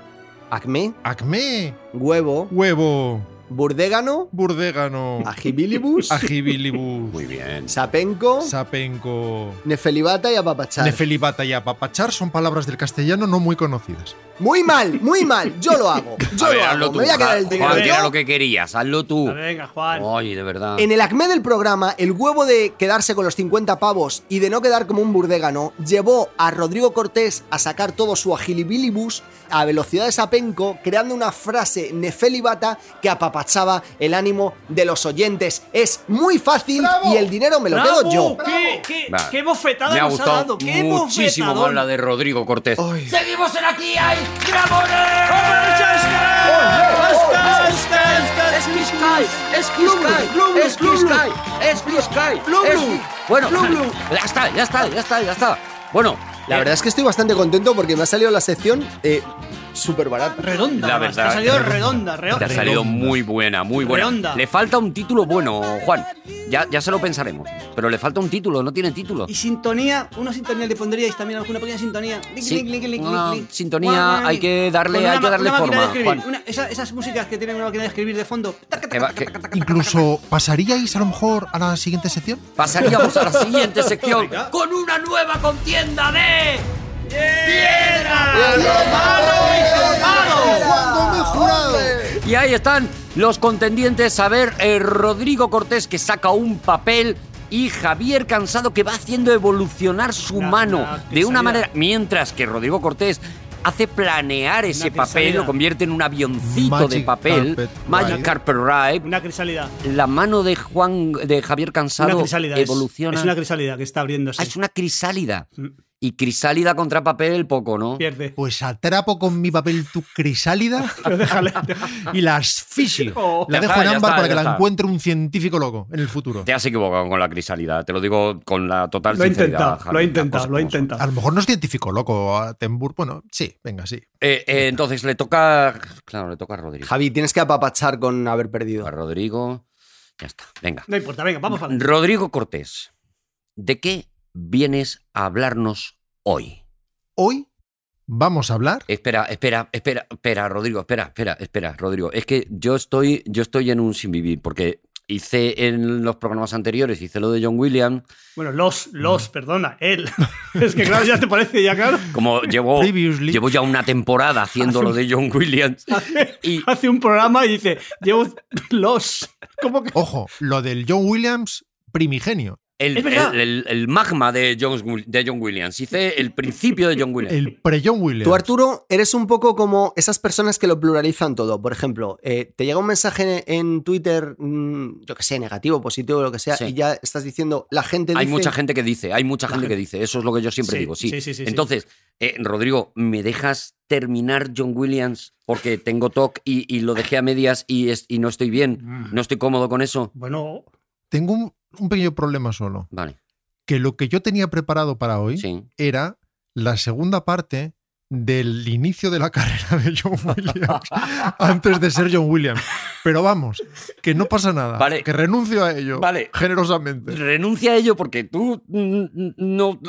Acme,
Acme,
huevo,
huevo,
burdégano,
burdégano,
agibilibus,
agibilibus,
Muy bien.
sapenco,
sapenco,
nefelibata y apapachán.
nefelibata y apapachar son palabras del castellano no muy conocidas.
muy mal, muy mal. Yo lo hago. Yo
A ver,
lo
hazlo
hago.
tú.
Me voy a quedar el
Juan,
dinero
que
yo.
era lo que querías, hazlo tú.
A ver, Ah, Venga, Juan.
Ay, de verdad.
En el acme del programa, el huevo de quedarse con los 50 pavos y de no quedar como un burdégano llevó a Rodrigo Cortés a sacar todo su agilibilibus a velocidad de sapenco, creando una frase nefelibata que apapachaba el ánimo de los oyentes. Es muy fácil y el dinero me lo
¡Bravo!
quedo yo.
¡Qué, qué,
Vale.
qué bofetada
Me ha
nos ha
gustado
dado! ¡Qué
muchísimo más
bofetadón!
la de Rodrigo Cortés. Seguimos en aquí, hay Gramones.
¡Vamos, Oscar! ¡Oscar, Oscar, Oscar!
Es Blue Sky, es Blue Sky, es Blue Sky, es Blue Sky, es Blue- Bueno, ya está, ya está, ya está, ya está. Bueno, eh,
La verdad es que estoy bastante contento porque me ha salido la sección eh, súper barata.
Redonda,
La
además, te
verdad.
ha salido redonda,
Te
redonda.
ha salido muy buena, muy buena.
Redonda.
Le falta un título bueno, Juan. Ya, ya se lo pensaremos. Pero le falta un título, no tiene título.
Y sintonía, una sintonía le pondríais también alguna pequeña sintonía. Lic,
Sí,
lic, lic, lic,
una
lic, lic.
sintonía,
Guau, guau,
hay
lic.
que darle-
Con
hay
una
que
ma-
darle
una máquina
forma,
de escribir,
Juan.
una- esa- esas músicas que tienen una máquina de escribir de fondo. Taca,
Que
taca,
va-
taca,
que-
taca, taca,
Incluso pasaríais a lo mejor a la siguiente sección.
Pasaríamos a la siguiente sección
Venga.
con una nueva contienda de. Y ahí están los contendientes. A ver, eh, Rodrigo Cortés que saca un papel y Javier Cansado que va haciendo evolucionar su
Una-
mano
una
de una
pizzería.
manera. Mientras que Rodrigo Cortés hace planear ese
pizzería.
papel, lo convierte en un avioncito de
Magic
papel.
carpet
Magic
ride.
Carpet Ride.
Una crisalidad.
La mano de Juan de Javier
Una
Cansado
crisalidad. es-
evoluciona.
Es una crisálida que está abriéndose.
Ah, es una crisálida.
Mm.
Y crisálida contra papel, poco, ¿no?
Pierde.
Pues atrapo con mi papel tu crisálida
Pero déjale.
y la asfixio.
Oh.
la
Ya
dejo
está,
en
ya
ámbar
está,
para que
ya
la
está.
encuentre un científico loco en el futuro.
Te has equivocado con la crisálida, te lo digo con la total
Lo he
sinceridad.
intentado,
Javier,
lo he
las
intentado,
cosas
lo he
como son.
A
intentado.
lo mejor no es científico loco a Tembur. Bueno, sí, venga, sí.
Eh, eh, entonces le toca. Claro, le toca a Rodrigo.
Javi, tienes que apapachar con haber perdido.
A Rodrigo. Ya está, venga.
No importa, venga, vamos a la-
Rodrigo Cortés, ¿de qué vienes a hablarnos hoy?
Hoy vamos a hablar
Espera, espera, espera, espera, Rodrigo, espera, espera, espera, Rodrigo. Es que yo estoy, yo estoy en un sin vivir, porque hice en los programas anteriores, hice lo de John Williams,
Bueno, los, los, perdona, él. es que claro, ya te parece, ya claro.
como llevo,
Previously.
Oh, llevo ya una temporada haciendo lo de John Williams. Y
Hace un programa y dice, llevo los. ¿Cómo que?
Ojo, lo del John Williams primigenio.
el,
Es verdad.
el- el- el magma de John, de John Williams, hice el principio de John Williams.
El pre-John Williams.
Tú, Arturo, eres un poco como esas personas que lo pluralizan todo. Por ejemplo, eh, te llega un mensaje en Twitter, mm, yo que sé, negativo, positivo, lo que sea,
Sí.
y ya estás diciendo, la gente
Hay
dice-
mucha gente que dice, hay mucha gente que dice, eso es lo que yo siempre
Sí,
digo, sí.
sí, sí, sí, sí.
Entonces, eh, Rodrigo, ¿me dejas terminar John Williams porque tengo TOC y, y lo dejé a medias y, es- y no estoy bien?
Mm.
¿No estoy cómodo con eso?
Bueno,
Tengo un, un pequeño problema solo.
Vale,
Que lo que yo tenía preparado para hoy
sí.
era la segunda parte del inicio de la carrera de John Williams antes de ser John Williams. Pero vamos, que no pasa nada.
Vale.
Que renuncio a ello
Vale.
generosamente.
Renuncia a ello porque tú mm, no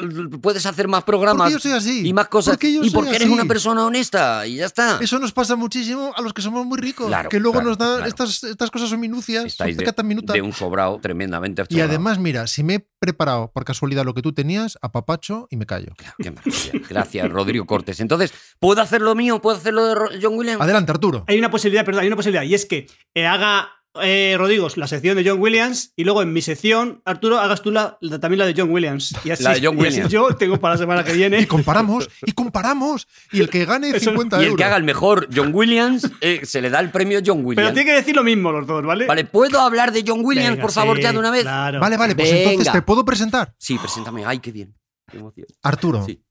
puedes hacer más
Porque
programas
yo soy así.
y más cosas.
Porque yo
y
soy
porque eres
así.
una persona honesta y ya está.
Eso nos pasa muchísimo a los que somos muy ricos,
Claro,
que luego
claro,
nos dan
claro.
estas, estas cosas son minucias, son
Estáis de,
pequeñas minutas.
de un sobrado tremendamente
este Y
achorrado.
además, mira, si me he preparado por casualidad lo que tú tenías, apapacho y me callo.
Claro, qué maravilla. Gracias, Rodrigo Cortés. Entonces, ¿puedo hacer lo mío? ¿Puedo hacer lo de Ro- John Williams?
Adelante, Arturo.
hay una posibilidad, perdón, hay una posibilidad, y es que eh, haga eh, Rodrigo la sección de John Williams y luego en mi sección, Arturo, hagas tú la, la- también la de John Williams. Y así,
La de John
y así
Williams.
yo tengo para la semana que
Y
viene.
comparamos, y comparamos. Y el que gane
Eso-
50
Y el
euros.
que haga el mejor John Williams, eh, se le da el premio John
Pero
Williams.
tiene que decir lo mismo los dos, ¿vale?
Vale, ¿puedo hablar de John Williams,
Venga,
por favor,
sí,
ya de una vez?
claro.
Vale, vale, pues
Venga.
entonces te puedo presentar.
Sí, preséntame. Ay, qué bien. Qué emoción.
Arturo,
Sí.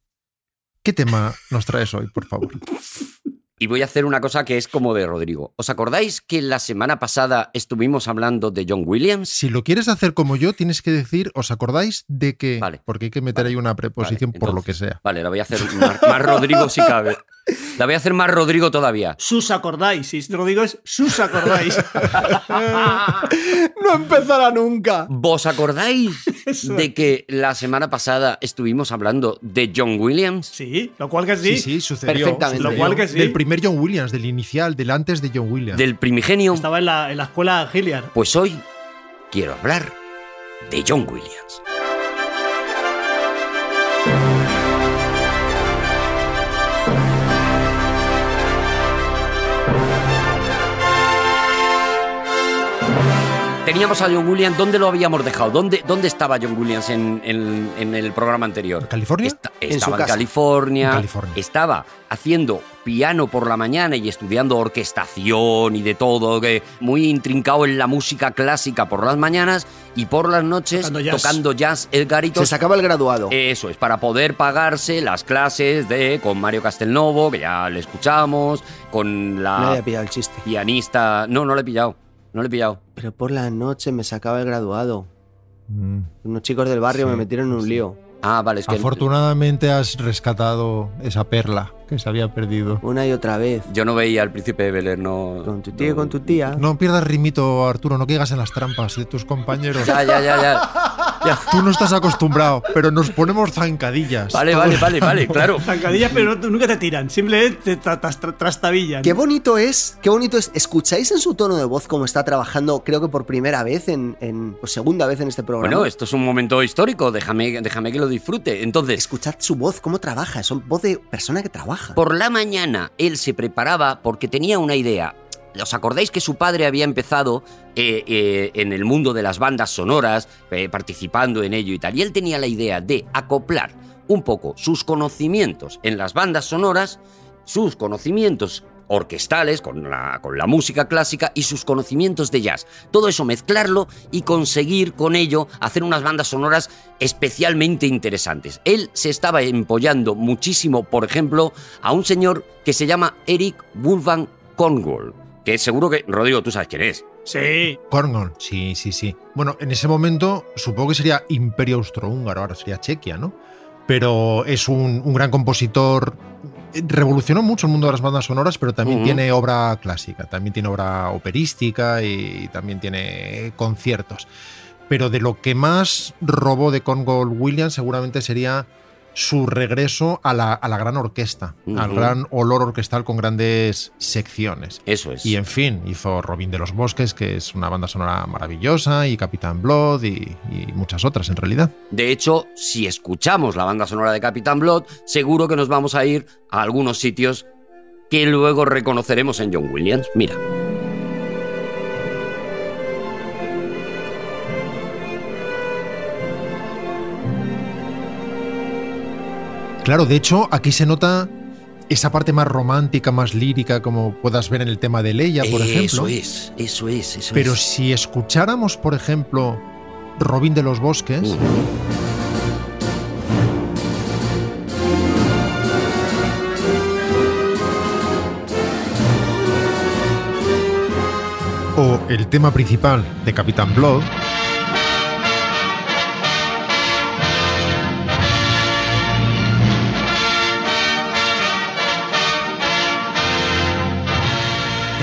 ¿qué tema nos traes hoy, por favor?
Y voy a hacer una cosa que es como de Rodrigo. ¿Os acordáis que la semana pasada estuvimos hablando de John Williams?
Si lo quieres hacer como yo, tienes que decir, ¿os acordáis de que?
Vale.
Porque hay que meter ahí una preposición
Vale,
por lo que
entonces,
sea.
Vale, la voy a hacer más, más Rodrigo si cabe. La voy a hacer más Rodrigo todavía.
Sus acordáis, si lo digo es sus acordáis.
No empezará
Ah.
nunca.
¿Vos acordáis de que la semana pasada estuvimos hablando de John Williams?
sí, lo cual que sí.
sucedió.
Perfectamente.
sucedió.
Lo cual
que sí.
Del primer John Williams, del inicial, del antes de John Williams.
Del primigenio.
Estaba en la, en la escuela Hilliard.
Pues hoy quiero hablar de John Williams. Teníamos a John Williams, ¿dónde lo habíamos dejado? ¿Dónde, dónde estaba John Williams en, en- en el programa anterior?
¿California?
Esta-
En su
estaba en,
casa.
California,
En California.
Estaba haciendo piano por la mañana y estudiando orquestación y de todo, que muy intrincado en la música clásica por las mañanas y por las noches
Tocando jazz.
tocando jazz, Edgarito.
Se sacaba el graduado.
Eso es, para poder pagarse las clases de con Mario Castelnovo, que ya le escuchamos, con la
No había pillado el chiste.
pianista. No, no le he pillado. No le he pillado.
Pero por la noche me sacaba el graduado.
Mm.
Unos chicos del barrio
Sí,
me metieron en un
sí.
lío.
Ah, vale, es que.
Afortunadamente has rescatado esa perla que se había perdido.
Una y otra vez.
Yo no veía al príncipe de Bel Air, no.
Con tu tío y
no-
con tu tía.
No pierdas rimito, Arturo, no caigas en las trampas de tus compañeros.
Ya, ya, ya, ya.
Tú no estás acostumbrado, pero nos ponemos zancadillas.
Vale, vale, vale, vale, claro.
Zancadillas, pero no- nunca te tiran. Simplemente te tra- tras- tra- trastabillan.
Qué bonito es, qué bonito es. ¿Escucháis en su tono de voz cómo está trabajando, creo que por primera vez, en, en por segunda vez en este programa?
Bueno, esto es un momento histórico, déjame, déjame que lo disfrute. Entonces,
Escuchad su voz, cómo trabaja. Es voz de persona que trabaja.
por la mañana él se preparaba porque tenía una idea. ¿Os acordáis que su padre había empezado eh, eh, en el mundo de las bandas sonoras, eh, participando en ello y tal? Y él tenía la idea de acoplar un poco sus conocimientos en las bandas sonoras, sus conocimientos orquestales con la, con la música clásica y sus conocimientos de jazz. Todo eso mezclarlo y conseguir con ello hacer unas bandas sonoras especialmente interesantes. Él se estaba empollando muchísimo, por ejemplo, a un señor que se llama Eric Wolfgang Cornwall, que seguro que, Rodrigo, tú sabes quién es.
Sí.
Cornwall. Sí, sí, sí. Bueno, en ese momento supongo que sería Imperio Austrohúngaro, ahora sería Chequia, ¿no? Pero es un, un gran compositor. eh, Revolucionó mucho el mundo de las bandas sonoras, pero también
Ujú.
tiene obra clásica, también tiene obra operística y también tiene conciertos. Pero de lo que más robó de Cornwall Williams seguramente sería su regreso a la, a la gran orquesta, al
Ujú.
gran olor orquestal con grandes secciones.
Eso es.
Y en fin, hizo Robin de los Bosques, que es una banda sonora maravillosa, y Capitán Blood y, y muchas otras en realidad.
De hecho, si escuchamos la banda sonora de Capitán Blood, seguro que nos vamos a ir a algunos sitios que luego reconoceremos en John Williams. Mira.
Claro, de hecho, aquí se nota esa parte más romántica, más lírica, como puedas ver en el tema de Leia, por
eso
ejemplo.
es, eso es, eso
Pero
es.
si escucháramos, por ejemplo, Robin de los Bosques,
Mm.
o el tema principal de Capitán Blood,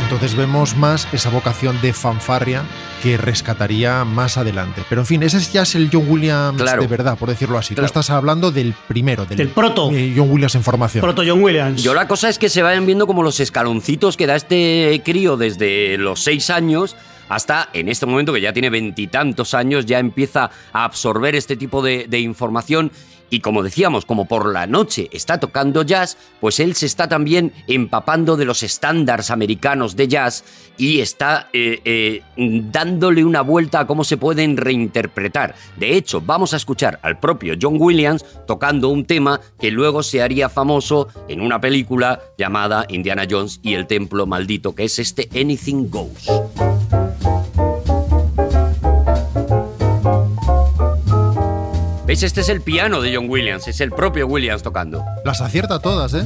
entonces vemos más esa vocación de fanfarria que rescataría más adelante. Pero en fin, ese ya es el John Williams
Claro.
de verdad, por decirlo así.
Claro.
Tú estás hablando del primero, del,
Del proto.
eh, John Williams en formación.
Proto John Williams.
Yo la cosa es que se vayan viendo como los escaloncitos que da este crío desde los seis años hasta en este momento que ya tiene veintitantos años, ya empieza a absorber este tipo de, de información y como decíamos, como por la noche está tocando jazz, pues él se está también empapando de los estándares americanos de jazz y está eh, eh, dándole una vuelta a cómo se pueden reinterpretar. De hecho, vamos a escuchar al propio John Williams tocando un tema que luego se haría famoso en una película llamada Indiana Jones y el Templo Maldito, que es este Anything Goes. ¿Veis? Este es el piano de John Williams, es el propio Williams tocando.
Las acierta todas, ¿eh?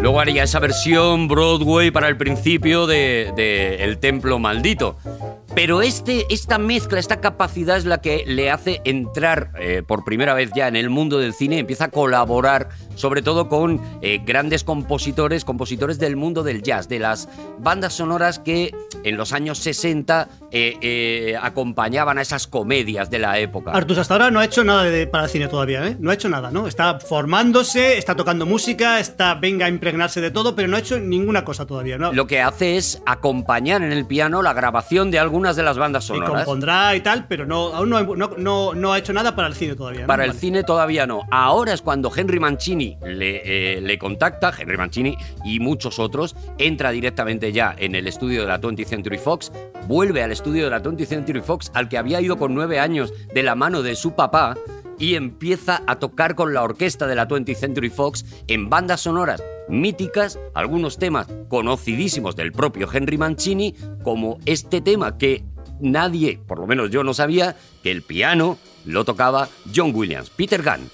Luego haría esa versión Broadway para el principio de, de El Templo Maldito. Pero este, esta mezcla, esta capacidad es la que le hace entrar eh, por primera vez ya en el mundo del cine, empieza a colaborar sobre todo con eh, grandes compositores, compositores del mundo del jazz, de las bandas sonoras que en los años 60 eh, eh, acompañaban a esas comedias de la época.
Artus hasta ahora no ha hecho nada de- para el cine todavía, ¿eh? No ha hecho nada, ¿no? Está formándose, está tocando música, está venga a impregnarse de todo, pero no ha hecho ninguna cosa todavía, ¿no?
Lo que hace es acompañar en el piano la grabación de algunas de las bandas
y
sonoras.
compondrá y tal, pero no, aún no, no, no- no ha hecho nada para el cine todavía. ¿no?
Para el
Vale.
cine todavía no. Ahora es cuando Henry Mancini le, eh, le contacta, Henry Mancini y muchos otros, entra directamente ya en el estudio de la 20th Century Fox, vuelve al estudio de la 20th Century Fox, al que había ido con nueve años de la mano de su papá, y empieza a tocar con la orquesta de la 20th Century Fox en bandas sonoras míticas, algunos temas conocidísimos del propio Henry Mancini, como este tema que nadie, por lo menos yo no sabía, que el piano lo tocaba John Williams, Peter Gunn.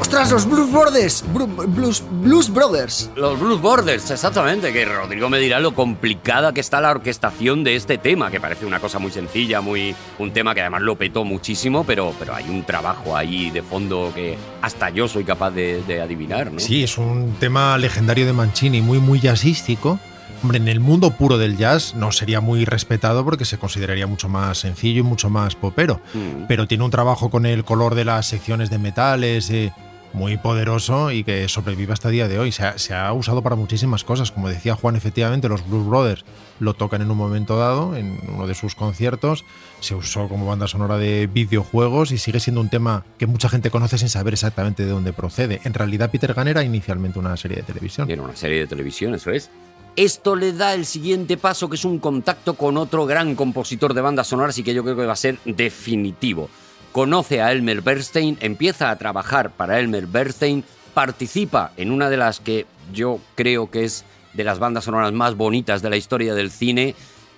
¡Ostras, los Blues Brothers! Bru- Blues, Blues Brothers.
Los Blues Borders, exactamente, que Rodrigo me dirá lo complicada que está la orquestación de este tema, que parece una cosa muy sencilla, muy un tema que además lo petó muchísimo, pero, pero hay un trabajo ahí de fondo que hasta yo soy capaz de, de adivinar, ¿no?
Sí, es un tema legendario de Mancini, muy, muy jazzístico. Hombre, en el mundo puro del jazz no sería muy respetado porque se consideraría mucho más sencillo y mucho más popero.
Mm.
Pero tiene un trabajo con el color de las secciones de metales eh, muy poderoso y que sobrevive hasta el día de hoy. Se ha, se ha usado para muchísimas cosas. Como decía Juan, efectivamente, los Blues Brothers lo tocan en un momento dado, en uno de sus conciertos. Se usó como banda sonora de videojuegos y sigue siendo un tema que mucha gente conoce sin saber exactamente de dónde procede. En realidad, Peter Gunn era inicialmente una serie de televisión.
Tiene una serie de televisión, eso es. Esto le da el siguiente paso, que es un contacto con otro gran compositor de bandas sonoras y que yo creo que va a ser definitivo. Conoce a Elmer Bernstein, empieza a trabajar para Elmer Bernstein, participa en una de las que yo creo que es de las bandas sonoras más bonitas de la historia del cine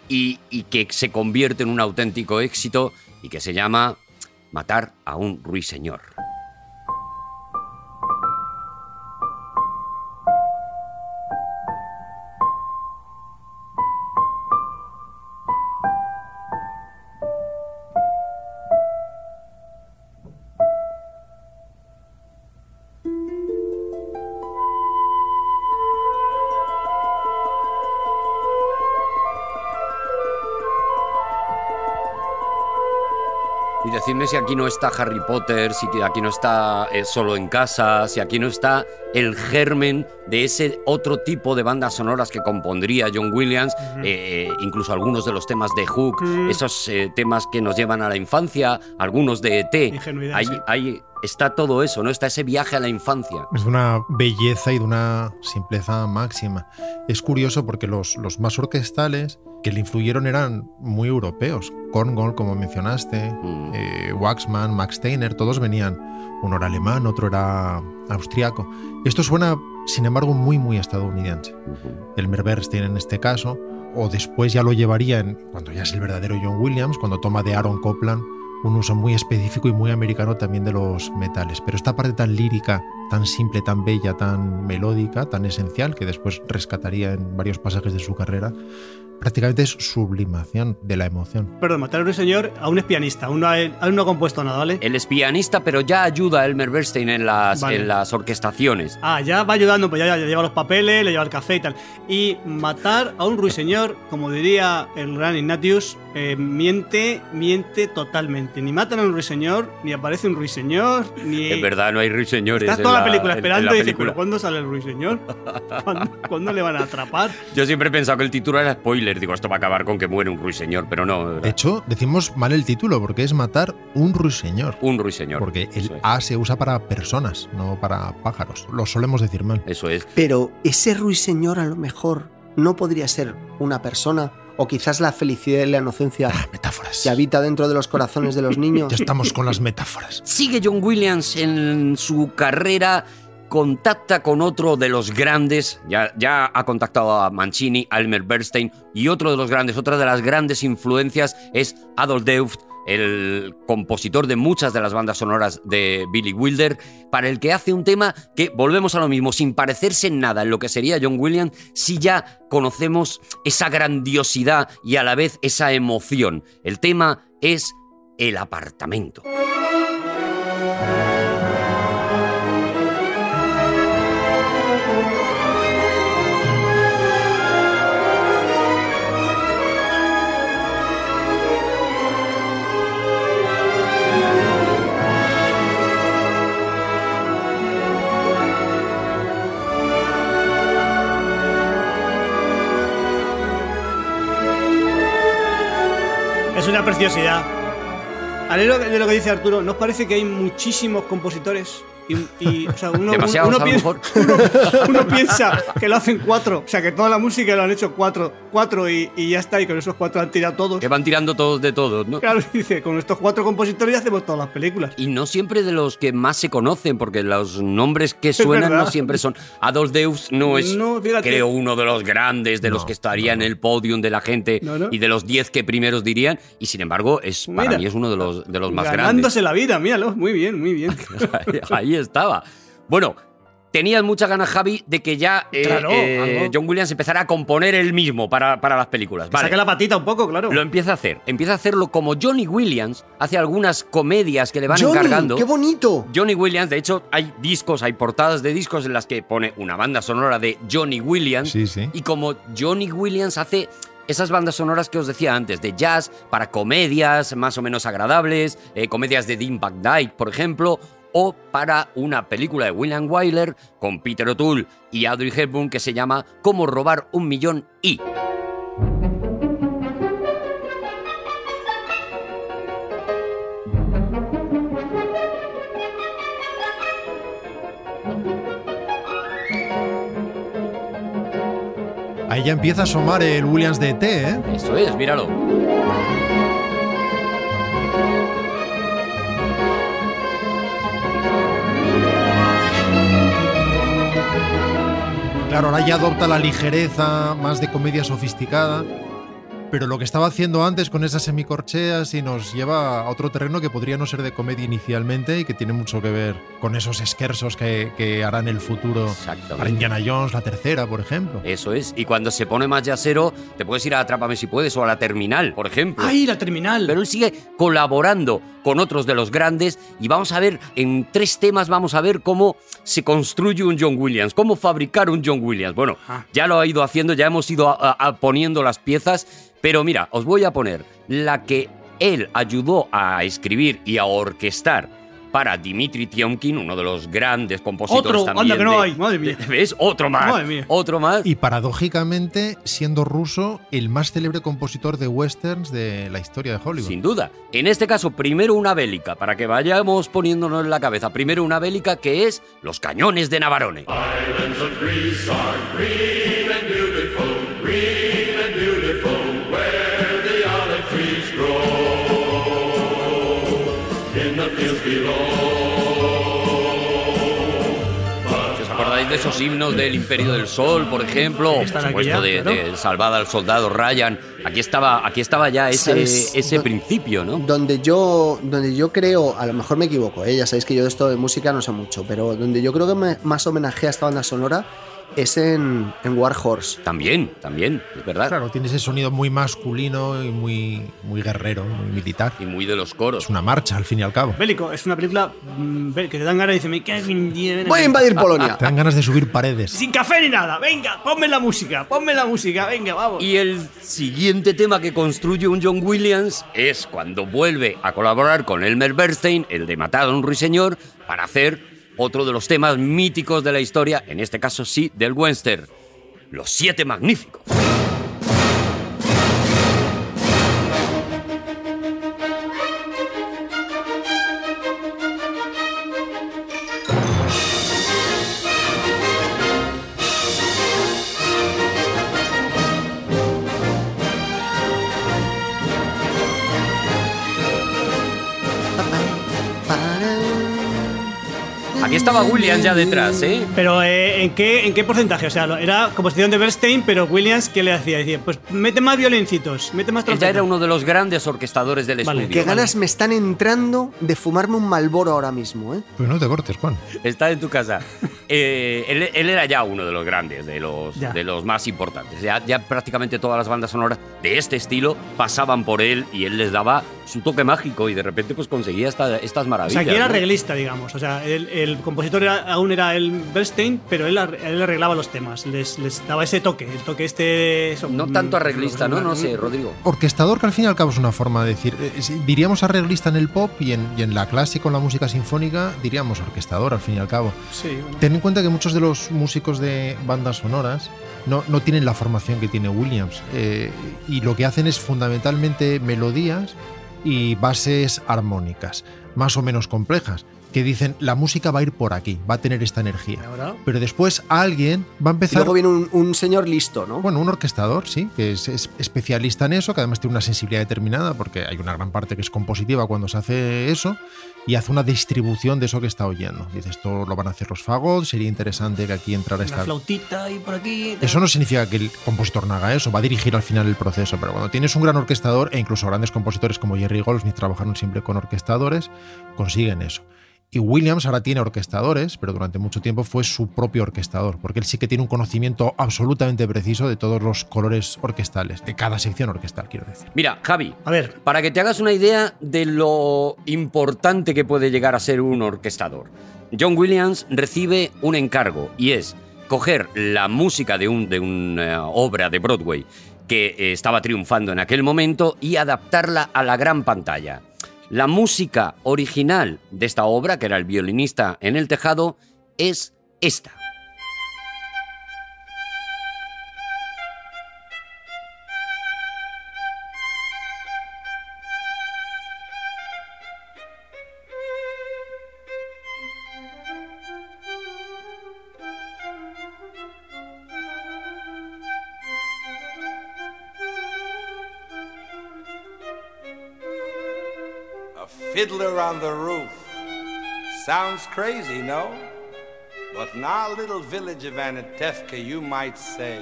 y, y que se convierte en un auténtico éxito y que se llama Matar a un ruiseñor. Y decidme si aquí no está Harry Potter, si aquí no está eh, Solo en Casa, si aquí no está el germen de ese otro tipo de bandas sonoras que compondría John Williams, eh, incluso algunos de los temas de Hook, esos eh, temas que nos llevan a la infancia, algunos de ET.
Ingenuidad,
Ahí,
sí.
ahí está todo eso, ¿no? Está ese viaje a la infancia.
Es de una belleza y de una simpleza máxima. Es curioso porque los, los más orquestales que le influyeron eran muy europeos. Korngold, como mencionaste,
Mm.
eh, Waxman, Max Steiner, todos venían. Uno era alemán, otro era austriaco. Esto suena, sin embargo, muy, muy estadounidense. El Merberstein en este caso, o después ya lo llevaría en- cuando ya es el verdadero John Williams, cuando toma de Aaron Copland un uso muy específico y muy americano también de los metales. Pero esta parte tan lírica, tan simple, tan bella, tan melódica, tan esencial, que después rescataría en varios pasajes de su carrera, prácticamente es sublimación de la emoción.
Perdón, matar a un señor aún es pianista, aún no ha, aún no ha compuesto nada, ¿vale?
Él es pianista, pero ya ayuda a Elmer Bernstein en las,
Vale.
en las orquestaciones.
Ah, ya va ayudando, pues ya, ya lleva los papeles, le lleva el café y tal. Y matar a un ruiseñor, como diría el gran Ignatius, eh, miente, miente totalmente. Ni matan a un ruiseñor, ni aparece un ruiseñor, ni...
En verdad, no hay ruiseñores.
Estás
en
toda la, película
en- en
esperando
la
y dices,
película.
¿pero cuándo sale el ruiseñor? ¿Cuándo, cuándo le van a atrapar?
Yo siempre he pensado que el título era spoiler. Digo, esto va a acabar con que muere un ruiseñor, pero no.
De hecho, decimos mal el título porque es matar un ruiseñor.
Un ruiseñor.
Porque el
Eso es.
A se usa para personas, no para pájaros. Lo solemos decir mal.
Eso es.
Pero ese ruiseñor a lo mejor no podría ser una persona o quizás la felicidad y la inocencia
Metáforas.
que habita dentro de los corazones de los niños.
Ya estamos con las metáforas.
Sigue John Williams en su carrera, contacta con otro de los grandes, ya, ya ha contactado a Mancini, a Elmer Bernstein, y otro de los grandes, otra de las grandes influencias es Adolf Deuft, el compositor de muchas de las bandas sonoras de Billy Wilder, para el que hace un tema que, volvemos a lo mismo, sin parecerse en nada en lo que sería John Williams, si ya conocemos esa grandiosidad y a la vez esa emoción. El tema es El apartamento.
Es una preciosidad. Al hilo de lo que dice Arturo, ¿nos parece que hay muchísimos compositores? Y, y, o sea, uno,
Demasiados,
uno
a lo
piensa,
mejor.
uno- uno piensa que lo hacen cuatro. O sea, que toda la música lo han hecho cuatro, cuatro y, y ya está. Y con esos cuatro han tirado todos.
Que van tirando todos de todos, ¿no?
Claro, dice, con estos cuatro compositores ya hacemos todas las películas.
Y no siempre de los que más se conocen, porque los nombres que suenan no
verdad.
siempre son. Adolf Deus no es,
No, fíjate.
creo, uno de los grandes, de los
No,
que estaría en el podium de la gente
No, no.
y de los 10 que primeros dirían. Y sin embargo, es, para
Mira.
mí es uno de los, de los más grandes.
Ganándose la vida, míralo. Muy bien, muy bien.
Ahí estaba. Bueno, tenías muchas ganas, Javi, de que ya eh,
Claro,
eh,
algo.
John Williams empezara a componer él mismo para, para las películas. Vale.
Saca la patita un poco, claro.
Lo empieza a hacer. Empieza a hacerlo como Johnny Williams hace algunas comedias que le van
Johnny,
encargando.
¡Qué bonito!
Johnny Williams, de hecho, hay discos, hay portadas de discos en las que pone una banda sonora de Johnny Williams.
Sí, sí.
Y como Johnny Williams hace esas bandas sonoras que os decía antes, de jazz, para comedias más o menos agradables, eh, comedias de Dean Van Dyke, por ejemplo, o para una película de William Wyler con Peter O'Toole y Audrey Hepburn que se llama Cómo robar un millón y.
Ahí ya empieza a asomar el Williams de T, ¿eh?
Eso es, míralo.
Claro, ahora ya adopta la ligereza más de comedia sofisticada. Pero lo que estaba haciendo antes con esas semicorcheas y nos lleva a otro terreno que podría no ser de comedia inicialmente y que tiene mucho que ver con esos esquersos que, que harán el futuro para
Exactamente. Eh.
Indiana Jones, la tercera, por ejemplo.
Eso es. Y cuando se pone más yacero, te puedes ir a Atrápame si puedes o a la terminal, por ejemplo.
¡Ay, la terminal!
Pero él sigue colaborando con otros de los grandes y vamos a ver, en tres temas vamos a ver cómo se construye un John Williams, cómo fabricar un John Williams. Bueno,
Ah.
ya lo ha ido haciendo, ya hemos ido a- a- a poniendo las piezas, pero mira, os voy a poner la que él ayudó a escribir y a orquestar para Dmitri Tiomkin, uno de los grandes compositores
Otro,
también.
anda que no
de-
hay, madre mía.
de- ¿Ves? Otro más.
Madre mía.
Otro más.
Y paradójicamente, siendo ruso, el más célebre compositor de westerns de la historia de Hollywood.
Sin duda. En este caso, primero una bélica, para que vayamos poniéndonos en la cabeza. Primero una bélica que es los cañones de Navarone. Si ¿Os acordáis de esos himnos del Imperio del Sol, por ejemplo? O, por
Están aquí
supuesto,
ya,
de,
claro.
de Salvada al Soldado Ryan. Aquí estaba, aquí estaba ya ese,
¿Sabes?
ese
Do-
principio, ¿no?
Donde yo, donde yo creo, a lo mejor me equivoco, ¿eh? ya sabéis que yo de esto de música no sé mucho, pero donde yo creo que me- más homenajea a esta banda sonora es en, en War Horse.
También, también, es verdad.
Claro, tiene ese sonido muy masculino y muy, muy guerrero, muy militar.
Y muy de los
Es
coros.
una marcha, al fin y al cabo.
Bélico, es una película mm, que te dan ganas y dices, me cago en diez, ven
Voy a
aquí".
invadir Polonia.
Te dan ganas de subir paredes.
Sin café ni nada, venga, ponme la música, ponme la música, venga, vamos.
Y el siguiente tema que construye un John Williams es cuando vuelve a colaborar con Elmer Bernstein, el de Matado a un Ruiseñor, para hacer otro de los temas míticos de la historia, en este caso sí, del Western. Los siete magníficos. Aquí estaba Williams ya detrás, ¿eh?
Pero eh, ¿en, qué, ¿en qué porcentaje? O sea, lo- era composición de Bernstein, pero Williams, ¿qué le hacía? Decía, pues mete más violincitos, mete más
Él ya
trompetas.
era uno de los grandes orquestadores del
Vale.
estudio.
Qué ganas me están entrando de fumarme un malboro ahora mismo, ¿eh?
Pues no te cortes, Juan.
Está en tu casa. Eh, él, él era ya uno de los grandes, de los,
Ya.
de los más importantes. Ya, ya prácticamente todas las bandas sonoras de este estilo pasaban por él y él les daba su toque mágico y de repente pues conseguía esta- estas
O
maravillas.
sea, que era
¿no?
arreglista, digamos. O sea, el, el compositor era- aún era el Bernstein, pero él, ar- él arreglaba los temas, les, les daba ese toque, el toque este... eso,
No
mm,
tanto arreglista, ¿no? No sé,
arreglista.
Rodrigo.
Orquestador, que al fin y al cabo es una forma de decir. eh, si diríamos arreglista en el pop y en, y en la clásica o la música sinfónica, diríamos orquestador, al fin y al cabo.
Sí, bueno.
Ten en cuenta que muchos de los músicos de bandas sonoras no, no tienen la formación que tiene Williams eh, y lo que hacen es fundamentalmente melodías y bases armónicas, más o menos complejas, que dicen la música va a ir por aquí, va a tener esta energía.
Ahora,
Pero después alguien va
Y
a empezar...
luego viene un, un señor listo, ¿no?
Bueno, un orquestador, sí, que es, es especialista en eso, que además tiene una sensibilidad determinada, porque hay una gran parte que es compositiva cuando se hace eso, y hace una distribución de eso que está oyendo. Dice, esto lo van a hacer los fagots, sería interesante que aquí entrara
una
esta...
flautita y por aquí... tal.
Eso no significa que el compositor no haga eso, va a dirigir al final el proceso, pero cuando tienes un gran orquestador, e incluso grandes compositores como Jerry Goldsmith trabajaron siempre con orquestadores, consiguen eso. Y Williams ahora tiene orquestadores, pero durante mucho tiempo fue su propio orquestador, porque él sí que tiene un conocimiento absolutamente preciso de todos los colores orquestales, de cada sección orquestal, quiero decir.
Mira, Javi,
A ver,
Para que te hagas una idea de lo importante que puede llegar a ser un orquestador, John Williams recibe un encargo y es coger la música de, un- de una eh, obra de Broadway que eh, estaba triunfando en aquel momento y adaptarla a la gran pantalla. La música original de esta obra, que era el violinista en el tejado, es esta.
A fiddler on the roof. Sounds crazy, no? But in our little village of Anatevka, you might say,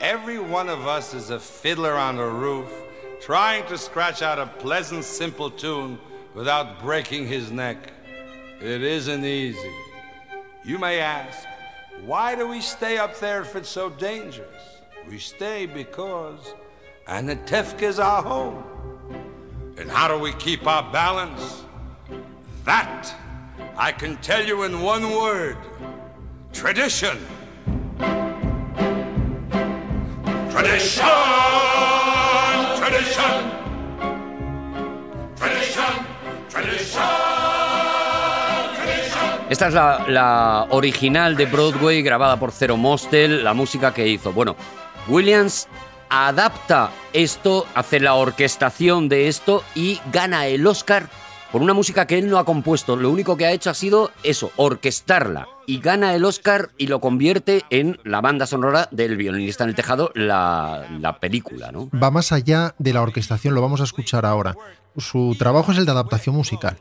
every one of us is a fiddler on the roof, trying to scratch out a pleasant, simple tune without breaking his neck. It isn't easy. You may ask, why do we stay up there if it's so dangerous? We stay because Anatevka is our home. And how do we keep our balance? That I can tell you in one word tradition. Tradition! Tradition!
Esta es la, la original de Broadway grabada por Zero Mostel, la música que hizo. Bueno, Williams adapta esto, hace la orquestación de esto y gana el Oscar por una música que él no ha compuesto. Lo único que ha hecho ha sido eso, orquestarla. Y gana el Oscar y lo convierte en la banda sonora del violinista en el tejado, la, la película, ¿no?
Va más allá de la orquestación, lo vamos a escuchar ahora. Su trabajo es el de adaptación musical.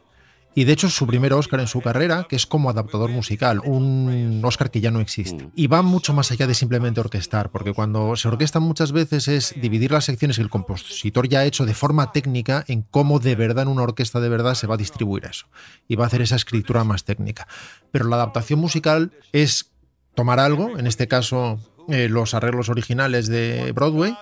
Y de hecho es su primer Oscar en su carrera, que es como adaptador musical, un Oscar que ya no existe. Y va mucho más allá de simplemente orquestar, porque cuando se orquesta muchas veces es dividir las secciones que el compositor ya ha hecho de forma técnica en cómo de verdad en una orquesta de verdad se va a distribuir eso. Y va a hacer esa escritura más técnica. Pero la adaptación musical es tomar algo, en este caso eh, los arreglos originales de Broadway,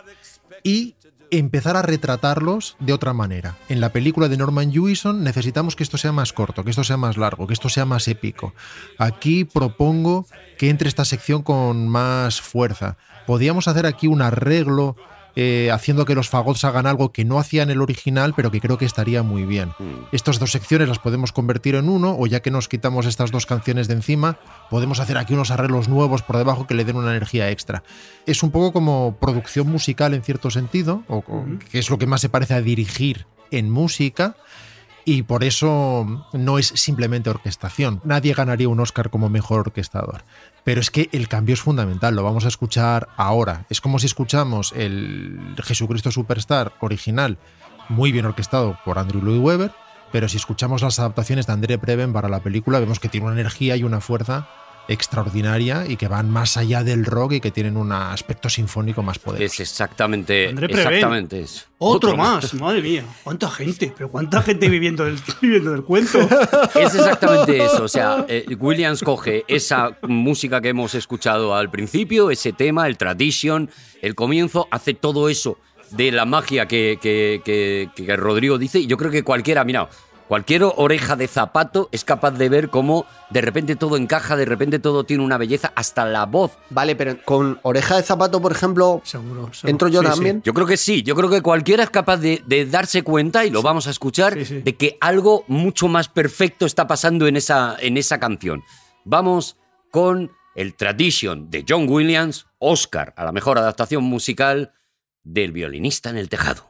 y empezar a retratarlos de otra manera. En la película de Norman Jewison necesitamos que esto sea más corto, que esto sea más largo, que esto sea más épico. Aquí propongo que entre esta sección con más fuerza. Podíamos hacer aquí un arreglo eh, haciendo que los fagots hagan algo que no hacían el original, pero que creo que estaría muy bien. Estas dos secciones las podemos convertir en uno, o ya que nos quitamos estas dos canciones de encima, podemos hacer aquí unos arreglos nuevos por debajo que le den una energía extra. Es un poco como producción musical en cierto sentido, o, o- que es lo que más se parece a dirigir en música. Y por eso no es simplemente orquestación. Nadie ganaría un Oscar como mejor orquestador. Pero es que el cambio es fundamental, lo vamos a escuchar ahora. Es como si escuchamos el Jesucristo Superstar original, muy bien orquestado por Andrew Lloyd Webber, pero si escuchamos las adaptaciones de André Preven para la película, vemos que tiene una energía y una fuerza extraordinaria y que van más allá del rock y que tienen un aspecto sinfónico más poderoso.
Es exactamente,
André Prevén.
exactamente eso.
Otro, más, madre mía. ¿Cuánta gente? ¿Pero cuánta gente viviendo del, viviendo del cuento?
Es exactamente eso. O sea, eh, Williams coge esa música que hemos escuchado al principio, ese tema, el tradition, el comienzo, hace todo eso de la magia que, que- que- que Rodrigo dice. Y yo creo que cualquiera, mira, cualquier oreja de zapato es capaz de ver cómo de repente todo encaja, de repente todo tiene una belleza, hasta la voz.
Vale, pero con oreja de zapato, por ejemplo,
Seguro. seguro.
entro yo
Sí, sí.
también.
Yo creo que sí, yo creo que cualquiera es capaz de, de darse cuenta, y lo vamos a escuchar,
Sí, sí.
de que algo mucho más perfecto está pasando en esa, en esa canción. Vamos con el Tradition de John Williams, Oscar, a la mejor adaptación musical del violinista en el tejado.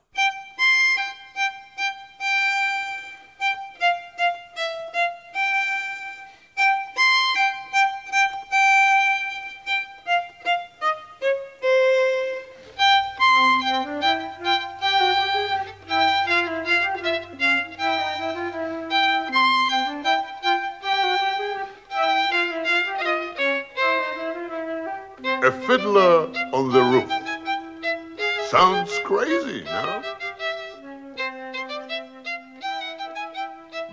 A fiddler on the roof. Sounds crazy, no?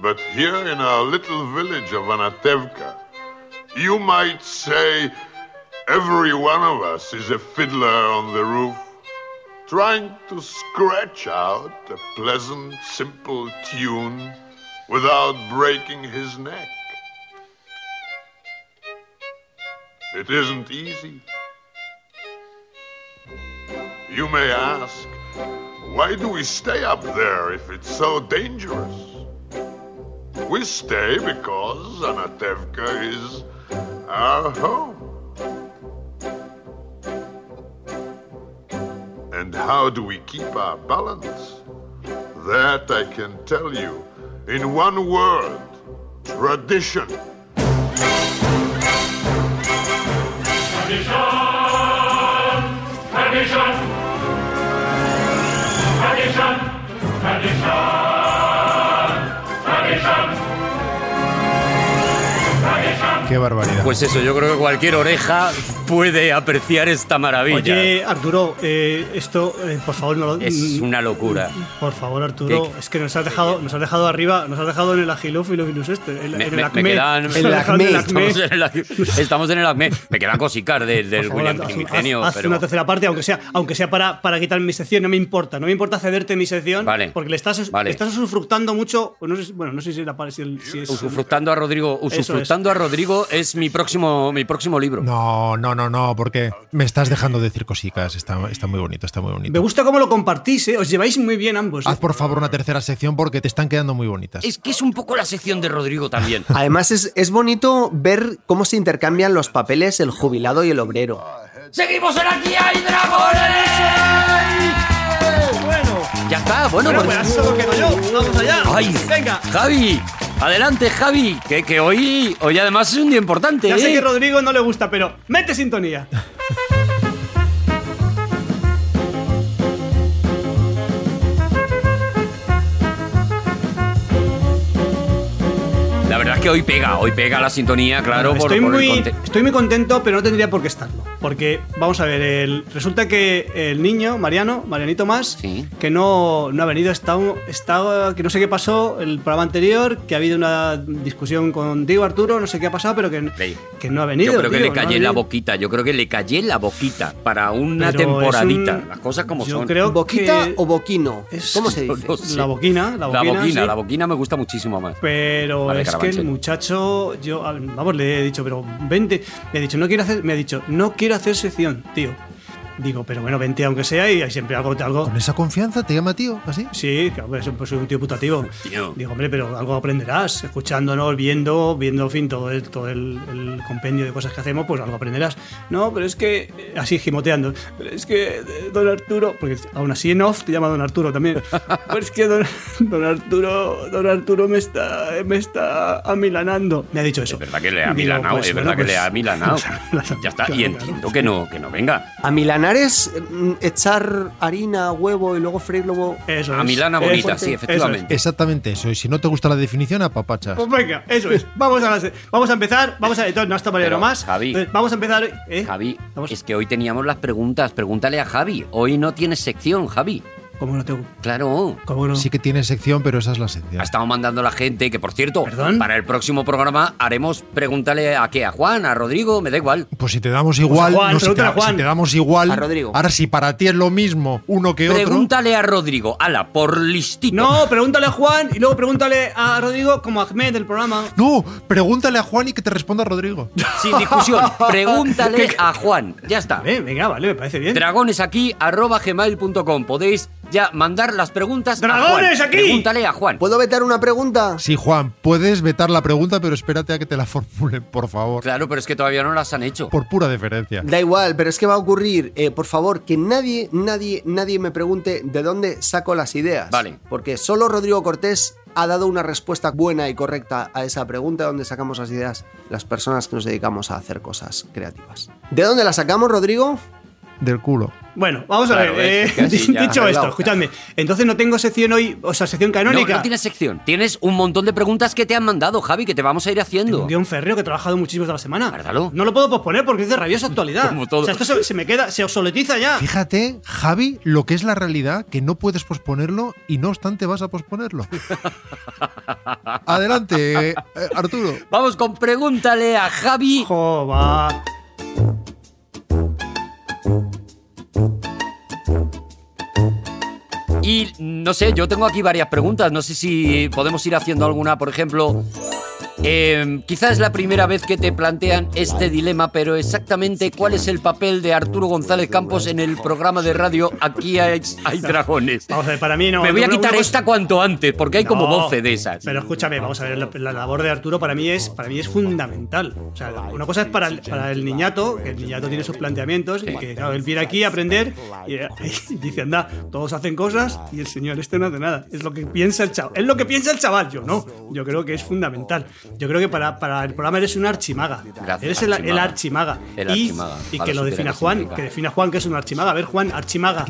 But here in our little village of Anatevka, you might say every one of us is a fiddler on the roof, trying to scratch out a pleasant, simple tune without breaking his neck. It isn't easy. You may ask, why do we stay up there if it's so dangerous? We stay because Anatevka is our home. And how do we keep our balance? That I can tell you in one word tradition.
Qué barbaridad.
Pues eso, yo creo que cualquier oreja puede apreciar esta maravilla.
Oye, Arturo, eh, esto, eh, por favor, no lo.
es una locura.
Por favor, Arturo,
¿Qué?
es que nos has dejado, nos has dejado arriba, nos has dejado en el agilófilus este,
Me-
en, en
me-
el
me
acme.
quedan-
Nos
El
has dejado en el acme.
Estamos en el, estamos en el acme. Me quedan cosicas del, del
Por favor,
William
haz- haz-
Primigenio.
haz
pero-
una tercera parte, aunque sea, aunque sea para, para quitar mi sección, no me importa. No me importa cederte mi sección,
Vale,
porque le estás,
vale.
le estás usufructando mucho. o No sé, si- bueno, no sé si, la, pala- si, el- si es.
Usufructando a Rodrigo,
Eso es.
usufructando a Rodrigo Diego es mi próximo, mi próximo libro.
No, no, no, no, porque me estás dejando decir cositas. Está, está muy bonito, está muy
Me
bonito.
gusta cómo lo compartís, ¿eh? Os lleváis muy bien ambos. ¿eh?
Haz por favor una tercera sección porque te están quedando muy bonitas.
Es que es un poco la sección de Rodrigo también.
Además, es, es bonito ver cómo se intercambian los papeles el jubilado y el obrero.
¡Seguimos en Aquí hay dragones!
Bueno,
Ya está, bueno,
bueno,
pues-
pues eso lo quedo yo. Vamos allá.
¡Ay!
Venga.
¡Javi! ¡Adelante, Javi! Que, que hoy, hoy además es un día importante,
Ya
¿eh?
sé que Rodrigo no le gusta, pero mete sintonía.
La verdad es que hoy pega, hoy pega la sintonía, claro, por,
estoy,
por el
muy,
conte-
estoy muy contento, pero no tendría por qué estarlo. Porque, vamos a ver, el- resulta que el niño, Mariano, Marianito más,
Sí.
que no, no ha venido, está, un- está- que no sé qué pasó el programa anterior, que ha habido una discusión contigo, Arturo, no sé qué ha pasado, pero que,
Ley.
que no ha venido.
yo creo que
tío,
le
no ha
callé la
venido.
boquita, yo creo que le callé la boquita para una
Pero es un-
temporadita. Las cosas como
yo
son.
creo
¿Boquita
que-
o boquino?
es-
¿Cómo se
No
dice?
lo sé.
La boquina, la
La
boquina.
boquina,
sí.
la boquina me gusta muchísimo más.
Pero
Vale,
es que
Carabanchel.
el muchacho, yo, a ver, vamos, le he dicho, pero vente, me ha dicho, no quiero hacer, me ha dicho, no quiero hacer sección, tío. Digo, pero bueno, vente aunque sea y hay siempre algo, algo.
Con esa confianza te llama tío, así.
Sí, que, hombre, soy- pues soy un tío putativo.
Tío.
Digo, hombre, pero algo aprenderás, escuchándonos, viendo, viendo, en fin, todo el, todo el, el compendio de cosas que hacemos, pues algo aprenderás. No, pero es que, eh, así gimoteando, pero es que eh, don Arturo, porque aún así en off te llama don Arturo también, pero es que don, don Arturo, don Arturo me está, me está amilanando. Me ha dicho eso.
Es verdad que le ha
Digo,
milanado,
pues,
es
bueno,
verdad que
pues,
le ha milanado.
claro,
ya está, y
claro, claro.
entiendo que no, que no venga.
A Milanar es mm, echar harina, huevo y luego freírlo.
Eso
A
es.
Milana
Eso
bonita,
es.
sí,
Eso es.
efectivamente.
Exactamente eso. Y si no te gusta la definición, apapachas.
Pues venga, eso es. Vamos a, las- vamos a empezar. Vamos a. entonces, No está Mariano
Pero,
más.
Javi.
Entonces, Vamos a empezar. ¿eh?
Javi,
Vamos.
es que hoy teníamos las preguntas. Pregúntale a Javi. Hoy no tienes sección, Javi.
¿Cómo no tengo?
Claro.
¿Cómo no?
Sí que tiene sección, pero esa es la sección.
Ha estado mandando la gente, que por cierto,
¿Perdón?
para el próximo programa haremos pregúntale a qué, a Juan, a Rodrigo, me da igual.
Pues si te damos igual,
Juan,
no, si, te,
pregúntale a Juan.
si te damos igual.
A Rodrigo.
Ahora, si para ti es lo mismo uno que otro.
Pregúntale a Rodrigo, ala, por listito.
No, pregúntale a Juan y luego pregúntale a Rodrigo como Ahmed del programa.
No, pregúntale a Juan y que te responda Rodrigo.
Sin discusión, pregúntale a Juan. Ya está.
Vale, venga, vale, me parece bien.
dragonesaki.gmail.com Podéis ya mandar las preguntas a Juan.
¡Dragones aquí!
Pregúntale a Juan.
¿Puedo vetar una pregunta?
Sí, Juan, puedes vetar la pregunta, pero espérate a que te la formulen, por favor.
Claro, pero es que todavía no las han hecho.
Por pura deferencia.
Da igual, pero es que va a ocurrir, eh, por favor, que nadie, nadie, nadie me pregunte de dónde saco las ideas.
Vale.
Porque solo Rodrigo Cortés ha dado una respuesta buena y correcta a esa pregunta donde sacamos las ideas las personas que nos dedicamos a hacer cosas creativas. ¿De dónde las sacamos, Rodrigo?
Del culo.
Bueno, vamos a
Claro,
ver.
ves,
eh,
que así ya
dicho esto,
arreglado.
escúchame. Entonces no tengo sección hoy, o sea, sección
No,
canónica.
no tienes sección. Tienes un montón de preguntas que te han mandado, Javi, que te vamos a ir
Tengo
haciendo.
un día un ferreo que he trabajado muchísimo esta semana.
Guárdalo.
No lo puedo posponer porque es de rabiosa actualidad.
Como todo.
O sea, esto se, se me queda, se obsoletiza ya.
Fíjate, Javi, lo que es la realidad, que no puedes posponerlo y no obstante vas a posponerlo. Adelante, eh, eh, Arturo.
Vamos con pregúntale a Javi.
Jo, va.
Y no sé, yo tengo aquí varias preguntas. No sé si podemos ir haciendo alguna, por ejemplo. eh, quizás es la primera vez que te plantean este dilema, pero exactamente cuál es el papel de Arturo González Campos en el programa de radio Aquí hay, hay dragones.
Vamos a ver, para mí no.
Me voy a
Una-
quitar
una cosa-
esta cuanto antes, porque hay como
No,
12 de esas.
Pero escúchame, vamos a ver, la, la labor de Arturo para mí es, para mí es fundamental. O sea, una cosa es para el, para el niñato, que el niñato tiene sus planteamientos, y que claro, él viene aquí a aprender y, eh, y dice, anda, todos hacen cosas y el señor este no hace nada. Es lo que piensa el chaval. Es lo que piensa el chaval, yo no. Yo creo que es fundamental. Yo creo que para, para el programa eres una archimaga.
Gracias,
eres el el
archimaga.
archimaga.
El
Y-
archimaga.
Y,
Vale,
que lo
supera
defina
que
Juan,
significa.
que defina Juan que es un archimaga. A ver, Juan, archimaga.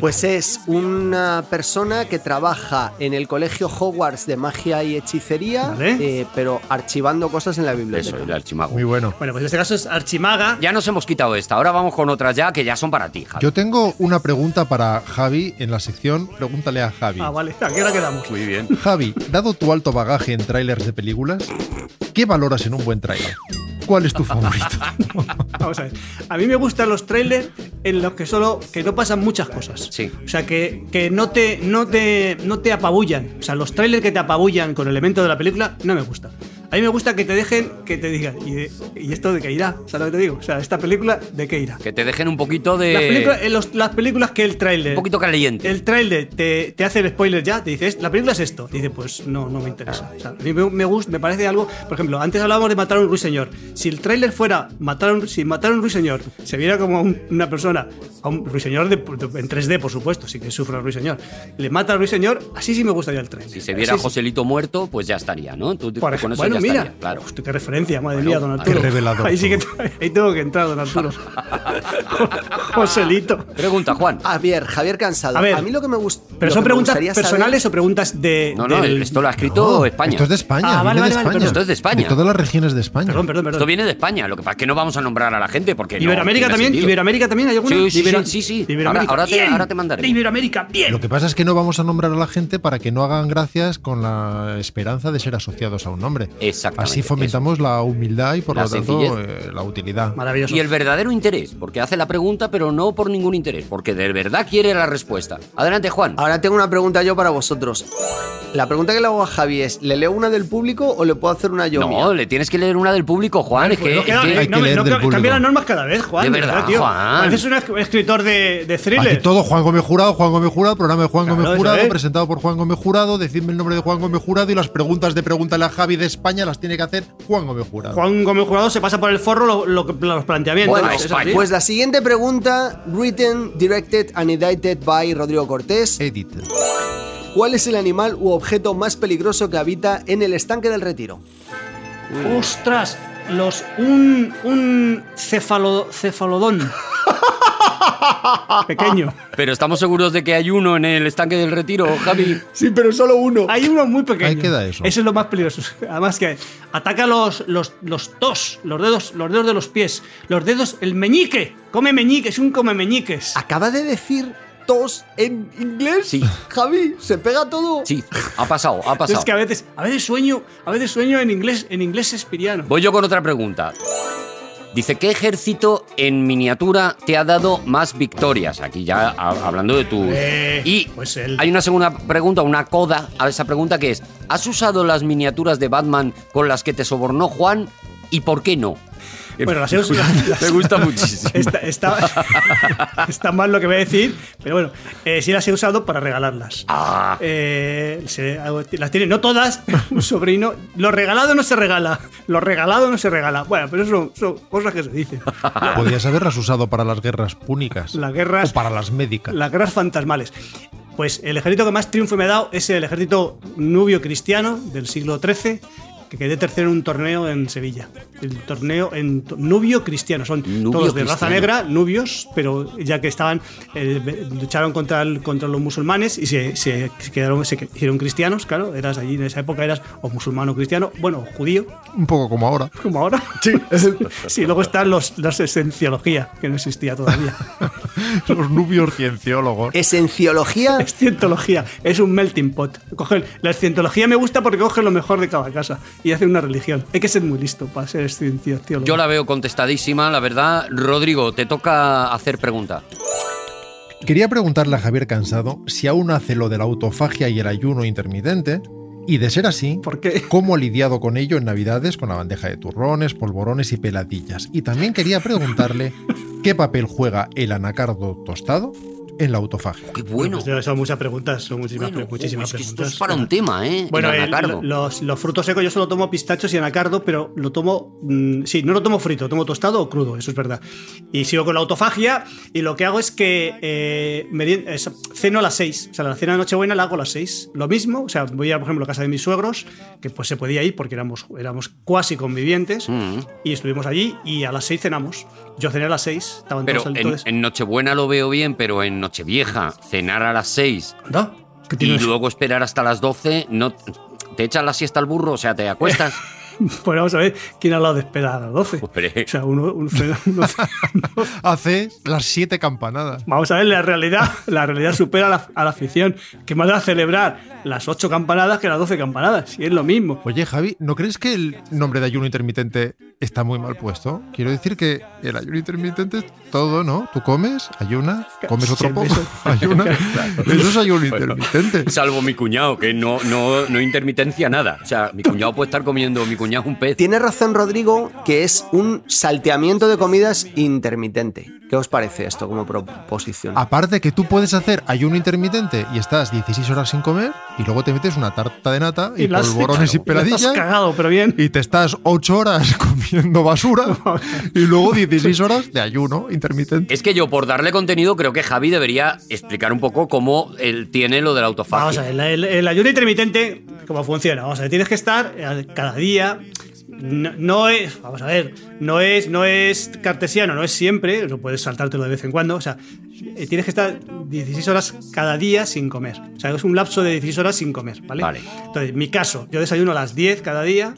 Pues es una persona que trabaja en el colegio Hogwarts de magia y hechicería,
Vale.
eh, pero archivando cosas en la
Eso,
biblioteca.
el archimago.
Muy bueno.
Bueno, pues en este caso es archimaga.
Ya nos hemos quitado esta, ahora vamos con otras ya que ya son para ti, Javi.
Yo tengo una pregunta para Javi en la sección Pregúntale a Javi.
Ah, vale. ¿A qué hora quedamos?
Muy bien.
Javi, dado tu alto bagaje en trailers de películas, ¿qué valoras en un buen tráiler? ¿Cuál es tu favorito?
Vamos a ver. A mí me gustan los trailers en los que solo que no pasan muchas cosas.
Sí.
O sea que, que no te no te no te apabullan. O sea, los trailers que te apabullan con elementos de la película no me gusta. A mí me gusta que te dejen que te digan, ¿y, de- y esto de qué irá? ¿Sabes lo que te digo? O sea, esta película, ¿de qué irá?
Que te dejen un poquito de.
Las películas, eh, los- las películas que el
Un
tráiler...
poquito caliente.
El tráiler te, te hace el spoiler ya, te dice, "Es- la película es esto. Y dice, pues no, no me interesa. O sea, a mí me, me gusta, me parece algo. Por ejemplo, antes hablábamos de matar a un ruiseñor. Si el tráiler fuera matar a un, si matar a un ruiseñor, se viera como a un- una persona, a un ruiseñor de- de- en 3D, por supuesto, sí que sufre el ruiseñor. Le mata al ruiseñor, así sí me gustaría el tráiler.
Si se viera
Así sí.
Joselito muerto, pues ya estaría, ¿no? Tú, tú
Por
con
ejemplo,
eso
bueno,
ya
mira,
estaría, claro.
Hostia, qué referencia, madre
Bueno,
mía, don
ahí-
Arturo.
Qué revelador
Ahí sí que ahí tengo que entrar, don Arturo. Joselito.
Pregunta, Juan.
Ah,
Javier, Javier Cansado.
A
A,
ver,
mí lo que me gusta.
¿Pero son preguntas personales o preguntas de.?
No, no,
del-
esto lo ha escrito España.
Esto es de España.
Ah, vale, vale,
viene de
vale,
España.
perdón,
esto es de España.
De todas las regiones de España.
Perdón, perdón,
Esto
perdón.
viene de España, lo que pasa es que no vamos a nombrar a la gente porque no
¿Iberoamérica
tiene
también?
sentido.
¿Iberoamérica también hay alguna?
Sí, sí,
De Ibero-
sí, sí, sí.
de Iberoamérica.
Ahora- ahora te-
Bien.
ahora te mandaré.
De Iberoamérica, bien.
Eh, Lo que pasa es que no vamos a nombrar a la gente para que no hagan gracias con la esperanza de ser asociados a un nombre.
Exactamente,
Así fomentamos la humildad y por
La
lo tanto
sencillez.
eh, la utilidad.
Maravilloso.
Y el verdadero interés, porque hace la pregunta, pero no por ningún interés, porque de verdad quiere la respuesta. Adelante, Juan.
Ahora tengo una pregunta yo para vosotros. La pregunta que le hago a Javi es: ¿le leo una del público o le puedo hacer una yo? mía?
No, le tienes que leer una del público, Juan. Es que,
pues, No,
es que-
hay que
no,
leer
no,
del
no,
público.
cambia las normas cada vez, Juan.
De verdad,
tío.
Juan.
Pareces un es- escritor de, de thriller.
Aquí todo Juan Gómez Jurado, Juan Gómez Jurado, programa de Juan
Claro,
Gómez
eso
Jurado,
es.
presentado por Juan Gómez Jurado, decidme el nombre de Juan Gómez Jurado y las preguntas de Pregúntale a Javi de España las tiene que hacer Juan Gómez Jurado.
Juan Gómez Jurado se pasa por el forro lo- lo que- los planteamientos.
Bueno,
¿Es así?
España.
Pues la siguiente pregunta, written, directed and edited by Rodrigo Cortés.
Edit.
¿Cuál es el animal u objeto más peligroso que habita en el estanque del retiro?
¡Ostras! Los. Un. Un. Cefalo, cefalodón. Pequeño.
Pero estamos seguros de que hay uno en el estanque del retiro, Javi.
Sí, pero solo uno.
Hay uno muy pequeño.
Ahí queda eso.
Ese es lo más peligroso. Además que ataca los, los, los tos, los dedos, los dedos de los pies, los dedos, el meñique. Come meñique, es un come meñiques.
Acaba de decir tos en inglés.
Sí.
Javi, se pega todo.
Sí, ha pasado, ha pasado.
Es que a veces, a veces sueño, a veces sueño en inglés, en inglés espiriano.
Voy yo con otra pregunta. Dice, ¿qué ejército en miniatura te ha dado más victorias? Aquí ya ha- hablando de tu...
Eh,
y
pues el-
hay una segunda pregunta, una coda a esa pregunta que es, ¿has usado las miniaturas de Batman con las que te sobornó Juan y por qué no?
Bueno, las he usado-
Me gusta muchísimo.
Está, está- está mal lo que voy a decir, pero bueno, eh, sí las he usado para regalarlas.
Ah,
Eh, se- las tiene, no todas, un sobrino. Lo regalado no se regala. Lo regalado no se regala. Bueno, pero eso son cosas que se dicen.
Podías haberlas usado para las guerras púnicas.
Las guerras-
O para las médicas.
Las guerras fantasmales. Pues el ejército que más triunfo me ha dado es el ejército nubio cristiano del siglo XIII, que quedé tercero en un torneo en Sevilla. El torneo en to- nubio cristiano. Son
Nubio
todos de raza
cristiano.
negra, nubios, pero ya que estaban, eh, be- lucharon contra, el- contra los musulmanes y se, se quedaron, se que- hicieron cristianos, claro. Eras allí en esa época, eras o musulmano cristiano, bueno, o judío,
Un poco como ahora.
como ahora. Sí, luego están los, los esenciología, que no existía todavía.
Los nubios cienciólogos.
Esenciología.
Es cientología, es un melting pot. Cogen, la cientología me gusta porque coge lo mejor de cada casa y hace una religión. Hay que ser muy listo para ser cienciólogo.
yo la veo contestadísima, la verdad. Rodrigo, te toca hacer pregunta.
Quería preguntarle a Javier Cansado si aún hace lo de la autofagia y el ayuno intermitente. Y de ser así,
¿Por qué?
¿cómo ha lidiado con ello en Navidades con la bandeja de turrones, polvorones y peladillas? Y también quería preguntarle qué papel juega el anacardo tostado en la autofagia.
Qué bueno.
Pues son muchas preguntas, son muchísimas,
bueno,
muchísimas
es que esto
preguntas.
es para un tema, ¿eh?
Bueno,
El
el-
anacardo.
los, los frutos secos yo solo tomo pistachos y anacardo, pero lo tomo. mm, sí, no lo tomo frito, lo tomo tostado o crudo, eso es verdad. Y sigo con la autofagia y lo que hago es que eh, merien- es- ceno a las 6. O sea, la cena de Nochebuena la hago a las 6. Lo mismo, o sea, voy a, por ejemplo, a casa de mis suegros, que pues se podía ir porque éramos, éramos cuasi convivientes
Mm.
y estuvimos allí y a las 6 cenamos. Yo cené a las 6, estaban
Pero
todos
en,
entonces.
en Nochebuena lo veo bien, pero en Nochevieja, cenar a las 6
¿Anda? ¿Qué
y
tienes?
luego esperar hasta las 12, no, ¿te echas la siesta al burro? O sea, ¿te acuestas?
Pues vamos a ver quién ha hablado de esperar a las 12.
Hombre.
O sea, uno, uno cena- uno cena-
Hace las siete campanadas.
Vamos a ver, la realidad, la realidad supera a la, a la ficción. ¿Qué más da celebrar? las 8 campanadas que las 12 campanadas, y es lo mismo.
Oye, Javi, ¿no crees que el nombre de ayuno intermitente está muy mal puesto? Quiero decir que el ayuno intermitente es todo, ¿no? Tú comes, ayunas, comes otro
Sí,
poco,
eso-
ayunas. Eso es ayuno intermitente.
Salvo mi cuñado, que no, no, no intermitencia nada. O sea, mi cuñado puede estar comiendo, mi cuñado es un pez.
Tiene razón Rodrigo que es un salteamiento de comidas intermitente. ¿Qué os parece esto como proposición?
Aparte que tú puedes hacer ayuno intermitente y estás 16 horas sin comer y luego te metes una tarta de nata y,
las-
polvorones y
Pero has
peladilla
cagado, pero bien.
y te estás 8 horas comiendo basura y luego 16 horas de ayuno intermitente.
Es que yo, por darle contenido, creo que Javi debería explicar un poco cómo él tiene lo de la autofagia.
Vamos a ver, el, el ayuno intermitente, ¿cómo funciona? Vamos a ver, tienes que estar eh, cada día. No, no es, vamos a ver, no es, no es cartesiano, no es siempre, no puedes saltártelo de vez en cuando. O sea, eh, tienes que estar 16 horas cada día sin comer. O sea, es un lapso de 16 horas sin comer, ¿vale?
Vale.
Entonces, mi caso, yo desayuno a las 10 cada día,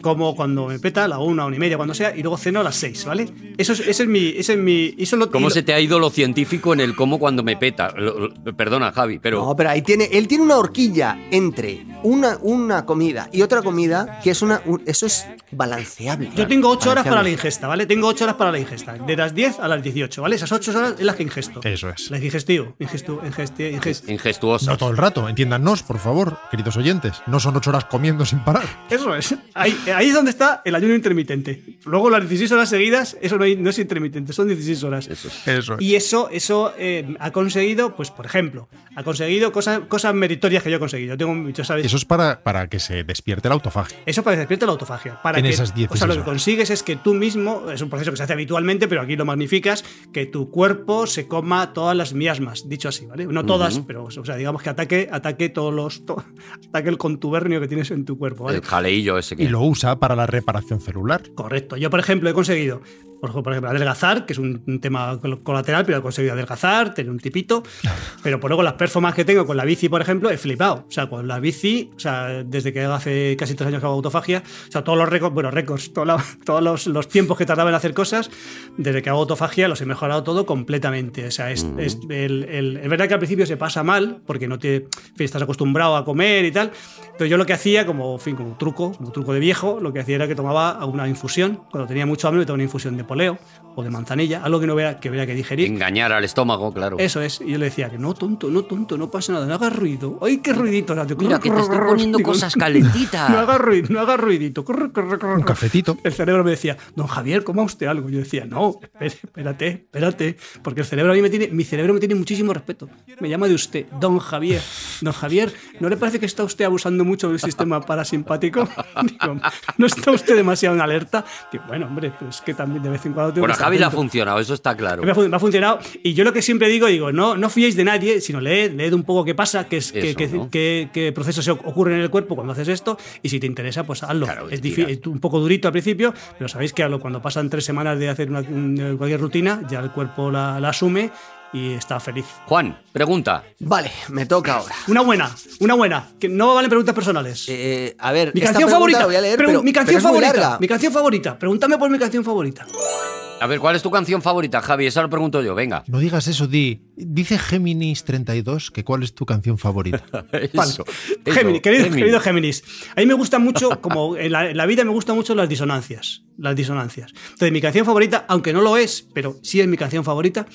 como cuando me peta, a la 1, 1 y media, cuando sea, y luego ceno a las 6, ¿vale? Eso es, ese es mi. Ese es mi eso lo, y
¿Cómo
lo-
se te ha ido lo científico en el cómo cuando me peta? Lo- lo- perdona, Javi, pero
No, pero ahí tiene, él tiene una horquilla entre una, una comida y otra comida que es una, un- eso es balanceable.
Yo tengo 8 horas para la
Balanceable.
ingesta, ¿vale? Tengo 8 horas para la ingesta. De las 10 a las 18, ¿vale? Esas 8 horas es las que ingesto.
Eso es.
Las digestivo. Ingesto, ingesti, ingest-
ingestuosa.
No todo el rato, entiéndanos, por favor, queridos oyentes. No son 8 horas comiendo sin parar.
Eso es. Ahí, ahí es donde está el ayuno intermitente. Luego las 16 horas seguidas, eso no, hay- no es intermitente, son 16 horas.
Eso es.
Eso es.
Y eso, eso eh, ha conseguido, pues por ejemplo, ha conseguido cosas, cosas meritorias que yo he conseguido. Yo tengo muchos, ¿sabes?
Eso es para, para que se despierte la autofagia.
Eso para que despierte la autofagia. Para
En
que,
esas 16
o sea, lo que
horas.
consigues es que tú mismo, es un proceso que se hace habitualmente, pero aquí lo magnificas, que tu cuerpo se coma todas las miasmas, dicho así, ¿vale? No todas, pero o sea, digamos que ataque, ataque todos los. to- ataque el contubernio que tienes en tu cuerpo, ¿vale?
El jaleillo ese que.
Y lo usa para la reparación celular.
Correcto. Yo, por ejemplo, he conseguido, por ejemplo, por ejemplo, adelgazar, que es un un tema col- colateral, pero he conseguido adelgazar, tener un tipito. Pero por luego las performances que tengo con la bici, por ejemplo, he flipado. O sea, con la bici, o sea, desde que hace casi tres años que hago autofagia, o sea, todos los récords, bueno, récords, toda la- todos los, los tiempos que tardaba en hacer cosas, desde que hago autofagia los he mejorado todo completamente. O sea, es, es el- el- es verdad que al principio se pasa mal, porque no te, en fin, estás acostumbrado a comer y tal. Entonces yo lo que hacía, como, en fin, como truco, como truco de viejo, lo que hacía era que tomaba una infusión. Cuando tenía mucho hambre, me tomaba una infusión de poleo o de manzanilla, algo que no hubiera que, hubiera que digerir.
Engañar al estómago, claro.
Eso es. Y yo le decía que no, tonto, no, tonto, no pasa nada, no hagas ruido. ¡Ay, qué ruidito!
Mira, que te estoy poniendo cosas calentitas.
No hagas ruido, no hagas ruidito. Corre, corre, corre.
Un cafetito.
El cerebro me decía, don Javier, coma usted algo. Yo decía, no, espere, espérate, espérate. Porque el cerebro a mí me tiene, mi cerebro me tiene muchísimo respeto. Me llama de usted, don Javier. Don Javier, ¿no le parece que está usted abusando mucho del sistema parasimpático? Digo, ¿no está usted demasiado en alerta? Digo, bueno, hombre, pero es que también de vez en cuando tengo
Bueno,
que
a
estar
Javi le ha
atento".
funcionado, eso está claro.
Me ha, fun- me ha funcionado. Y yo lo que siempre digo, digo, no, no fiéis de nadie, sino leed, leed un poco qué pasa, qué, es, qué-
Eso,
qué,
¿no?
qué- qué procesos se oc- ocurren en el cuerpo cuando haces esto. Y si te interesa, pues hazlo.
Claro,
es,
tira.
difí- es un poco durito al principio, pero sabéis que hazlo. cuando pasan tres semanas de hacer una, un- cualquier rutina, ya el cuerpo la, la asume y está feliz.
Juan, pregunta.
Vale, me toca ahora.
Una buena, una buena, que no valen preguntas personales.
Eh, a ver,
mi
esta
canción
pregunta
favorita,
la voy a leer,
pregun-
pero-
mi
pero
canción
es muy
favorita,
larga.
mi canción favorita. Pregúntame por mi canción favorita.
A ver, ¿cuál es tu canción favorita, Javi? Esa lo pregunto yo, venga.
No digas eso, di. Dice Géminis 32 que cuál es tu canción favorita.
Eso, eso,
Géminis, querido,
Géminis.
querido Géminis. A mí me gusta mucho, como en la, en la vida me gustan mucho las disonancias. Las disonancias. Entonces, mi canción favorita, aunque no lo es, pero sí es mi canción favorita,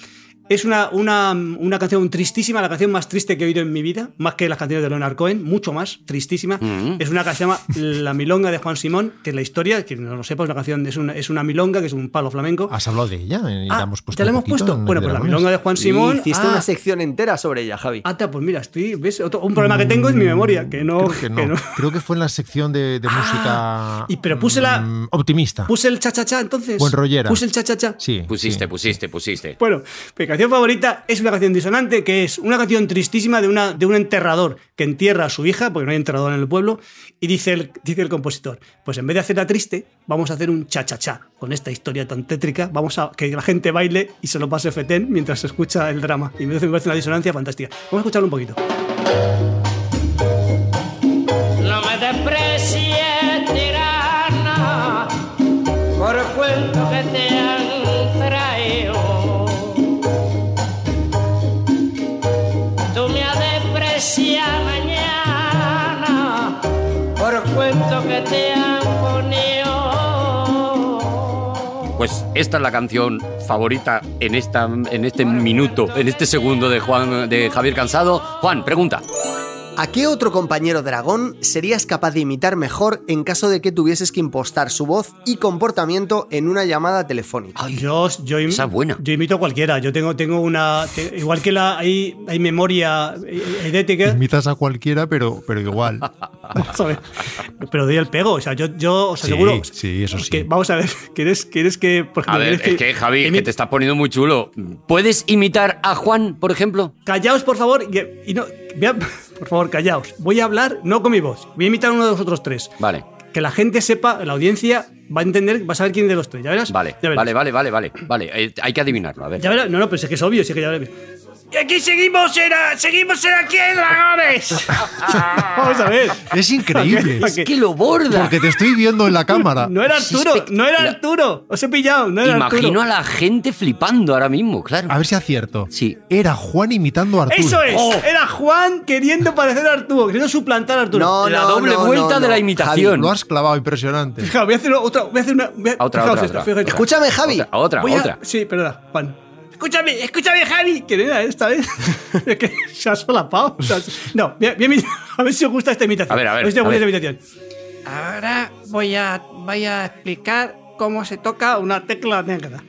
es una, una, una canción tristísima, la canción más triste que he oído en mi vida, más que las canciones de Leonard Cohen, mucho más, tristísima. Es una canción que se llama La Milonga de Juan Simón, que es la historia, que no lo sepa, es una canción, es una, es una milonga, que es un palo flamenco.
Has hablado de ella eh, y
Ah,
la hemos puesto.
¿Te la
un
hemos
poquito
puesto?
en el
Bueno,
de
pues la
dragones.
milonga de Juan
Y
Simón.
hiciste
Ah,
una sección entera sobre ella, Javi.
Ata, pues mira, estoy, ¿ves? Otro- un problema que tengo es mi memoria, que no.
Creo que no. Creo que fue en la sección de, de
Ah,
música.
y pero puse la-
mm, optimista.
Puse el cha-cha-cha entonces.
Buen rollera.
Puse el cha-cha-cha.
sí.
Pusiste,
sí.
pusiste, pusiste.
Bueno, mi canción favorita es una canción disonante, que es una canción tristísima de, una, de un enterrador que entierra a su hija, porque no hay enterrador en el pueblo, y dice el, dice el compositor, pues en vez de hacerla triste, vamos a hacer un cha-cha-cha con esta historia tan tétrica, vamos a que la gente baile y se lo pase fetén mientras se escucha el drama. Y me parece- me parece una disonancia fantástica. Vamos a escucharlo un poquito.
No me desprecie, tirana, por el cuento que te han traído. Tú me has despreciado mañana. cuento que te han ponido.
Pues esta es la canción favorita en, esta, en este minuto, en este segundo de, Juan, de Javier Cansado. Juan, pregunta.
¿A qué otro compañero dragón serías capaz de imitar mejor en caso de que tuvieses que impostar su voz y comportamiento en una llamada telefónica?
yo, yo, im-
esa es buena.
yo imito a cualquiera. Yo tengo, tengo una. te- igual que la hay, hay memoria eh, idética.
Imitas a cualquiera, pero, pero igual.
Vamos a ver. Pero doy el pego. O sea, yo, yo os
Sí,
aseguro.
sí, eso sí.
que- vamos a ver. ¿Quieres, quieres que.? Por
A
ejemplo,
ver,
quieres
es que Javi, es
imi-
que te estás poniendo muy chulo. ¿Puedes imitar a Juan, por ejemplo?
Callaos, por favor. Y, y no, voy a- por favor, callaos. Voy a hablar no con mi voz. Voy a imitar a uno de los otros tres.
Vale,
Que la gente sepa, la audiencia va a entender, va a saber quién de los tres. ¿Ya verás?
vale,
Ya verás.
vale, vale, vale, vale. vale. Eh, hay que adivinarlo, a ver.
Ya verás. No, no, pero es que es obvio, sí que ya verás.
Y aquí seguimos, era, seguimos en aquí, dragones.
Vamos a ver.
Es increíble.
Ok, ok.
que lo borda.
Porque te estoy viendo en la cámara.
No era Arturo, no era Arturo. Os he pillado, no era
Imagino
Arturo.
a la gente flipando ahora mismo, claro.
A ver si acierto.
Sí.
Era Juan imitando a Arturo.
Eso es.
Oh.
Era Juan queriendo parecer a Arturo, queriendo suplantar a Arturo.
No,
la
no,
doble
no,
vuelta
no,
de
no.
la imitación.
Lo has clavado, impresionante.
Fija, voy a hacer otra, voy a hacer una. voy a-
A otra,
fijaos
otra,
esto,
otra,
fijaos.
otra.
Escúchame, Javi.
Otra, otra,
Voy a-
otra.
Sí, perdona, Juan. Escúchame, escúchame, Javi. Que no era esta vez. es que se ha solapado. O sea, no, bien, bien, a ver si os gusta esta imitación.
A ver, a ver,
si
a
os gusta
ver.
esta imitación. Ahora voy a, voy a explicar cómo se toca una tecla negra.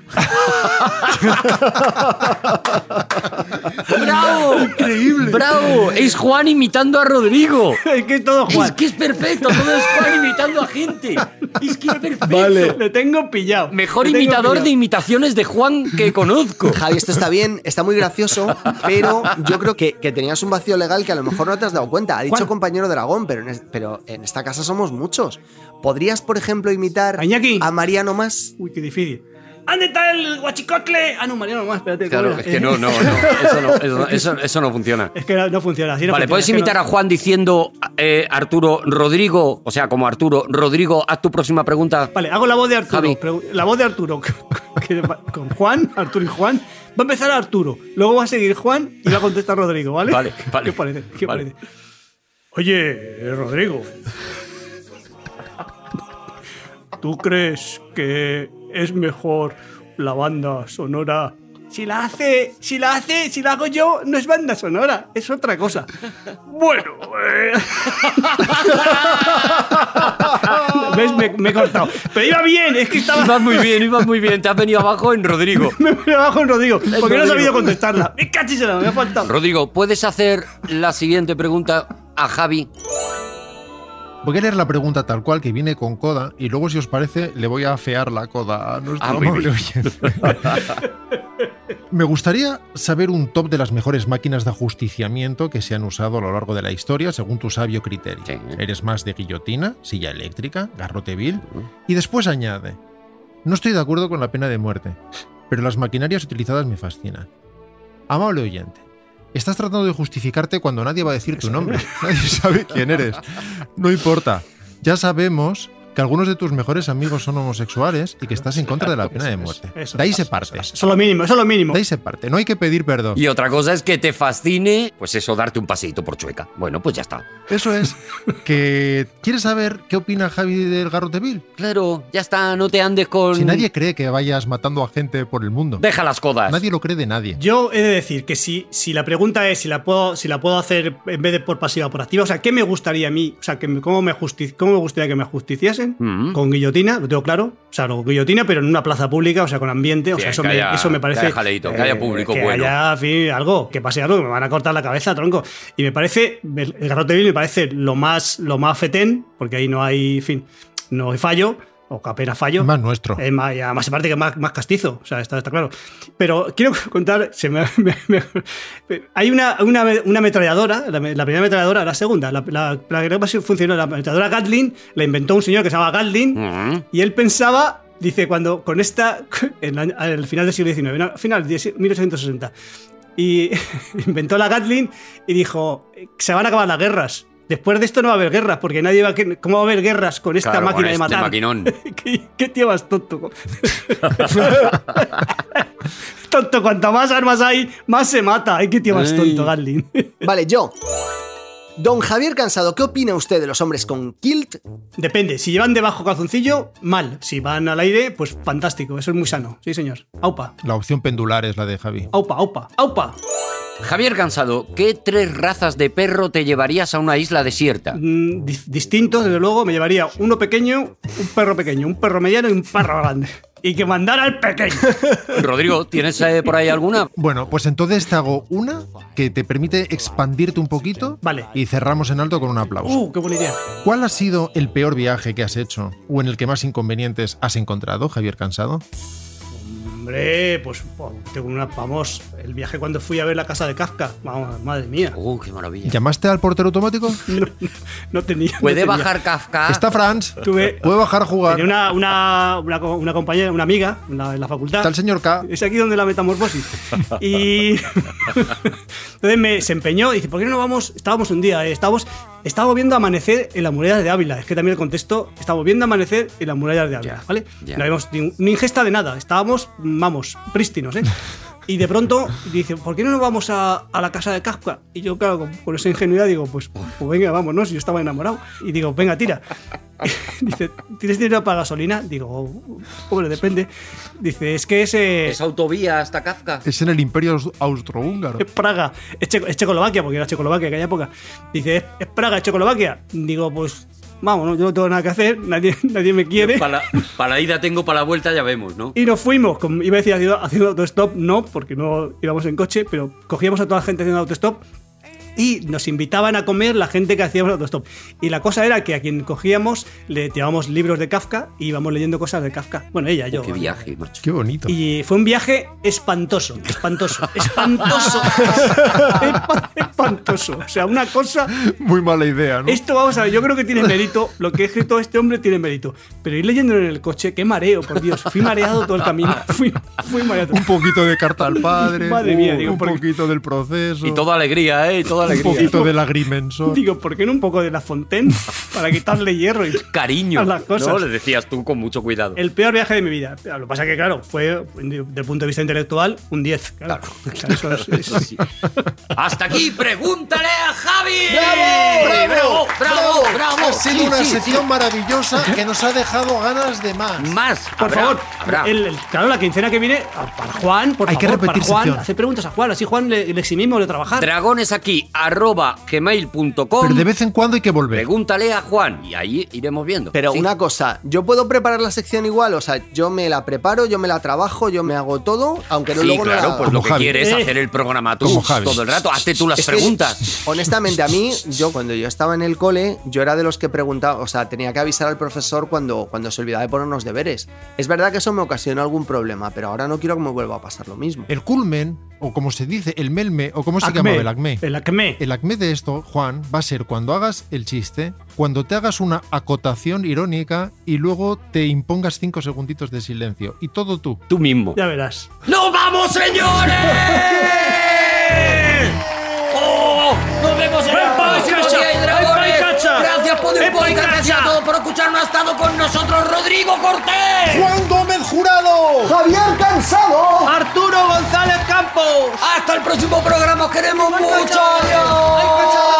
¡Bravo!
Increíble.
¡Bravo! Es Juan imitando a Rodrigo.
es que es todo Juan.
Es que es perfecto, todo es Juan imitando a gente. Es que es perfecto.
Le tengo pillado.
Mejor
Le tengo
imitador
pillado.
de imitaciones de Juan que conozco.
Javi, esto está bien, está muy gracioso, pero yo creo que, que tenías un vacío legal que a lo mejor no te has dado cuenta. Ha dicho
¿Cuál?
compañero dragón, pero en, es- pero en esta casa somos muchos. ¿Podrías, por ejemplo, imitar
¿A Iñaki?
a Mariano más?
Uy, qué difícil. ¿Dónde está el guachicotle? Ah, no, Mariano, más, espérate.
Claro,
¿cómo
es
era?
que no, no, no. Eso no, eso no, eso- eso no funciona.
Es que no, no funciona. Así no
Vale,
funciona,
puedes
es que
imitar
no-
a Juan diciendo eh, Arturo Rodrigo, o sea, como Arturo Rodrigo, haz tu próxima pregunta.
Vale, hago la voz de Arturo.
Javi.
pero La voz de Arturo. que va- con Juan, Arturo y Juan. Va a empezar Arturo. Luego va a seguir Juan y va a contestar Rodrigo, ¿vale?
Vale, vale,
¿Qué parece? ¿Qué
vale.
parece? Oye, eh, Rodrigo. ¿Tú crees que es mejor la banda sonora? Si la hace, si la hace, si la hago yo, no es banda sonora, es otra cosa. Bueno, eh. ¿Ves? Me, me he cortado. Pero iba bien, es que estaba.
Ibas muy bien, ibas muy bien. Te has venido abajo en Rodrigo.
Me he venido abajo en Rodrigo, porque no he
Rodrigo.
sabido contestarla. Me cachis en la, me ha faltado.
Rodrigo, ¿puedes hacer la siguiente pregunta a Javi?
Voy a leer la pregunta tal cual que viene con coda y luego, si os parece, le voy a afear la coda a nuestro
Ah, muy
amable
bien.
oyente. Me gustaría saber un top de las mejores máquinas de ajusticiamiento que se han usado a lo largo de la historia según tu sabio criterio.
Sí.
¿Eres más de guillotina, silla eléctrica, garrote vil? Y después añade, no estoy de acuerdo con la pena de muerte, pero las maquinarias utilizadas me fascinan. Amable oyente, estás tratando de justificarte cuando nadie va a decir tu nombre. Nadie sabe quién eres. No importa. Ya sabemos que algunos de tus mejores amigos son homosexuales y que estás en contra de la pena de muerte.
Eso
De ahí
es,
se parte.
Eso es lo mínimo, eso es lo mínimo.
De ahí se parte. No hay que pedir perdón.
Y otra cosa es que te fascine, pues eso, darte un paseíto por Chueca. Bueno, pues ya está.
Eso es que quieres saber qué opina Javi del Garroteville.
Claro, ya está, no te andes con...
Si nadie cree que vayas matando a gente por el mundo.
Deja las codas.
Nadie lo cree de nadie.
Yo he de decir que si, si la pregunta es si la, puedo, si la puedo hacer en vez de por pasiva o por activa, o sea, ¿qué me gustaría a mí? O sea, que me- ¿cómo, me justi- ¿cómo me gustaría que me justiciasen?
Mm.
Con guillotina, lo tengo claro. O sea, con guillotina, pero en una plaza pública, o sea, con ambiente. O
Sí,
sea, eso,
que
me,
haya-
eso me parece. eh,
que haya jaleíto, que haya público
que
bueno.
haya, en fin, algo, que pase algo, que me van a cortar la cabeza, tronco. Y me parece, el el garrote vil me parece lo más, lo más fetén, porque ahí no hay, en fin, no hay fallo, o que apenas fallo.
Es más nuestro.
Eh, ma- y además, aparte que es más, más castizo, o sea, está, está claro. Pero quiero contar, se me- me- me- hay una, una, una ametralladora, la, me- la primera ametralladora, la segunda, la, la, la que más funcionó, la ametralladora Gatlin, la inventó un señor que se llama Gatlin,
Mm.
y él pensaba, dice, cuando con esta, en la- al final del siglo XIX, no, final de 1860, y inventó la Gatlin y dijo, se van a acabar las guerras. Después de esto no va a haber guerras, porque nadie va a... que- ¿Cómo va a haber guerras con esta
Claro, con
máquina de
este
matar?
maquinón.
¿Qué, qué tío más tonto? tonto, cuanto más armas hay, más se mata. Ay, qué tío más tonto, Gatlin.
Vale, yo. Don Javier Cansado, ¿qué opina usted de los hombres con kilt?
Depende, si llevan debajo calzoncillo, mal. Si van al aire, pues fantástico, eso es muy sano. Sí, señor. Aupa,
La opción pendular es la de Javi.
aupa, aupa, aupa.
Javier Cansado, ¿qué tres razas de perro te llevarías a una isla desierta?
Mm, dis- distintos, desde luego, me llevaría uno pequeño, un perro pequeño, un perro mediano y un perro grande. Y que mandara al pequeño.
Rodrigo, ¿tienes eh, por ahí alguna?
Bueno, pues entonces te hago una que te permite expandirte un poquito
Vale.
y cerramos en alto con un aplauso.
Uh, qué buena idea.
¿Cuál ha sido el peor viaje que has hecho o en el que más inconvenientes has encontrado, Javier Cansado?
Hombre, pues po, tengo una, vamos, el viaje cuando fui a ver la casa de Kafka. Vamos, madre mía.
¡Uh, qué maravilla!
¿Llamaste al portero automático?
No, no tenía. no
¿Puede
tenía.
bajar Kafka?
Está Franz.
Ah. Tuve-
Puede bajar a jugar.
Tenía una, una, una, co- una compañera, una amiga en la, en la facultad.
Está el señor K.
Es aquí donde la metamorfosis. Y. Entonces me, se empeñó. Dice, ¿por qué no vamos? Estábamos un día, eh, estábamos, estábamos viendo amanecer en las murallas de Ávila. Es que también el contexto. Estábamos viendo amanecer en las murallas de Ávila,
Ya,
¿vale?
ya.
No habíamos ni, ni ingesta de nada. Estábamos, vamos, prístinos, ¿eh? Y de pronto dice, ¿por qué no nos vamos a, a la casa de Kafka? Y yo, claro, con, con esa ingenuidad digo, pues, pues venga, vámonos. Yo estaba enamorado. Y digo, venga, tira. dice, ¿tienes dinero para gasolina? Digo, "Oh, hombre, depende. Dice, es que ese...
¿Es autovía hasta Kafka?
Es en el imperio aus- austrohúngaro.
es Praga, es, Checo- es Checoslovaquia, porque era Checoslovaquia en aquella época. Dice, es, es Praga, es Checoslovaquia. Digo, pues vamos, ¿no? yo no tengo nada que hacer, nadie, nadie me quiere.
Para la, pa' la ida tengo, para la vuelta ya vemos, ¿no?
Y nos fuimos, como iba a decir haciendo, haciendo autostop, no, porque no íbamos en coche, pero cogíamos a toda la gente haciendo autostop y nos invitaban a comer la gente que hacíamos autostop. Y la cosa era que a quien cogíamos le llevábamos libros de Kafka y íbamos leyendo cosas de Kafka. Bueno, ella, yo.
¡Qué viaje, macho!
Qué bonito.
Y fue un viaje espantoso, espantoso, espantoso, espa- espantoso. O sea, una cosa.
Muy mala idea, ¿no?
Esto, vamos a ver, yo creo que tiene mérito. Lo que ha escrito este hombre tiene mérito. Pero ir leyéndolo en el coche, qué mareo, por Dios. Fui mareado todo el camino. Fui, fui mareado.
Un poquito de carta al padre, Uh,
Madre mía, digo,
un
porque-
poquito del proceso,
Y toda alegría, ¿eh? Y Toda
un
alegría.
poquito del agrimensor.
Digo, ¿por qué no un poco de la Fontaine? Para quitarle hierro y
Cariño.
a las cosas.
No, le decías tú con mucho cuidado.
El peor viaje de mi vida. Lo que pasa es que, claro, fue, desde el punto de vista intelectual, un 10. Claro. O sea, eso es-
Eso sí. Hasta aquí, pregúntale a Javi.
¡Bravo!
bravo, bravo.
Ha sido
Sí,
una
sí,
sección maravillosa que nos ha dejado ganas de más.
sí. Más.
Por
habrá,
favor,
habrá.
el- el- claro, la quincena que viene, a- para Juan, por
Hay que
favor,
repetir
para Juan,
sección.
hacer preguntas a Juan, así Juan le, le eximimos de trabajar.
Dragones aquí, arroba
Pero de
gmail.com.
vez en cuando hay que volver.
Pregúntale a Juan y ahí iremos viendo.
Pero
Sí.
una cosa, yo puedo preparar la sección igual, o sea, yo me la preparo, yo me la trabajo, yo me hago todo, aunque no
Sí,
luego no
claro,
la
pues
haga.
lo
Como
que
Javi.
quieres es
Eh.
hacer el programa tú
Como Javi.
todo el rato. Hazte tú las
Es que,
preguntas.
honestamente, a mí, yo cuando yo estaba en el cole, yo era de los que preguntaba, o sea, tenía que avisar al profesor cuando, cuando se olvidaba de ponernos deberes. Es verdad que eso me ocasionó algún problema, pero ahora no quiero que me vuelva a pasar lo mismo.
El culmen, o como se dice, el melme, o como se
Acme,
llamaba el acme.
El acme.
El acme de esto, Juan, va a ser cuando hagas el chiste, cuando te hagas una acotación irónica y luego te impongas cinco segunditos de silencio. Y todo tú.
Tú mismo.
Ya verás.
¡Nos vamos, señores! ¡Oh! ¡Nos vemos en el
¡Ven pa'
próximo
casa!
Día de
¡Ven
Dragones!
pa' casa!
Gracias por el
¡Ven pa'
podcast y a
casa!
todos por escucharnos. Ha estado con nosotros Rodrigo Cortés.
¡Juan Gómez Jurado!
¡Javier Cansado!
Arturo González Campos.
¡Hasta el próximo programa! ¡Os queremos mucho! ¡Adiós!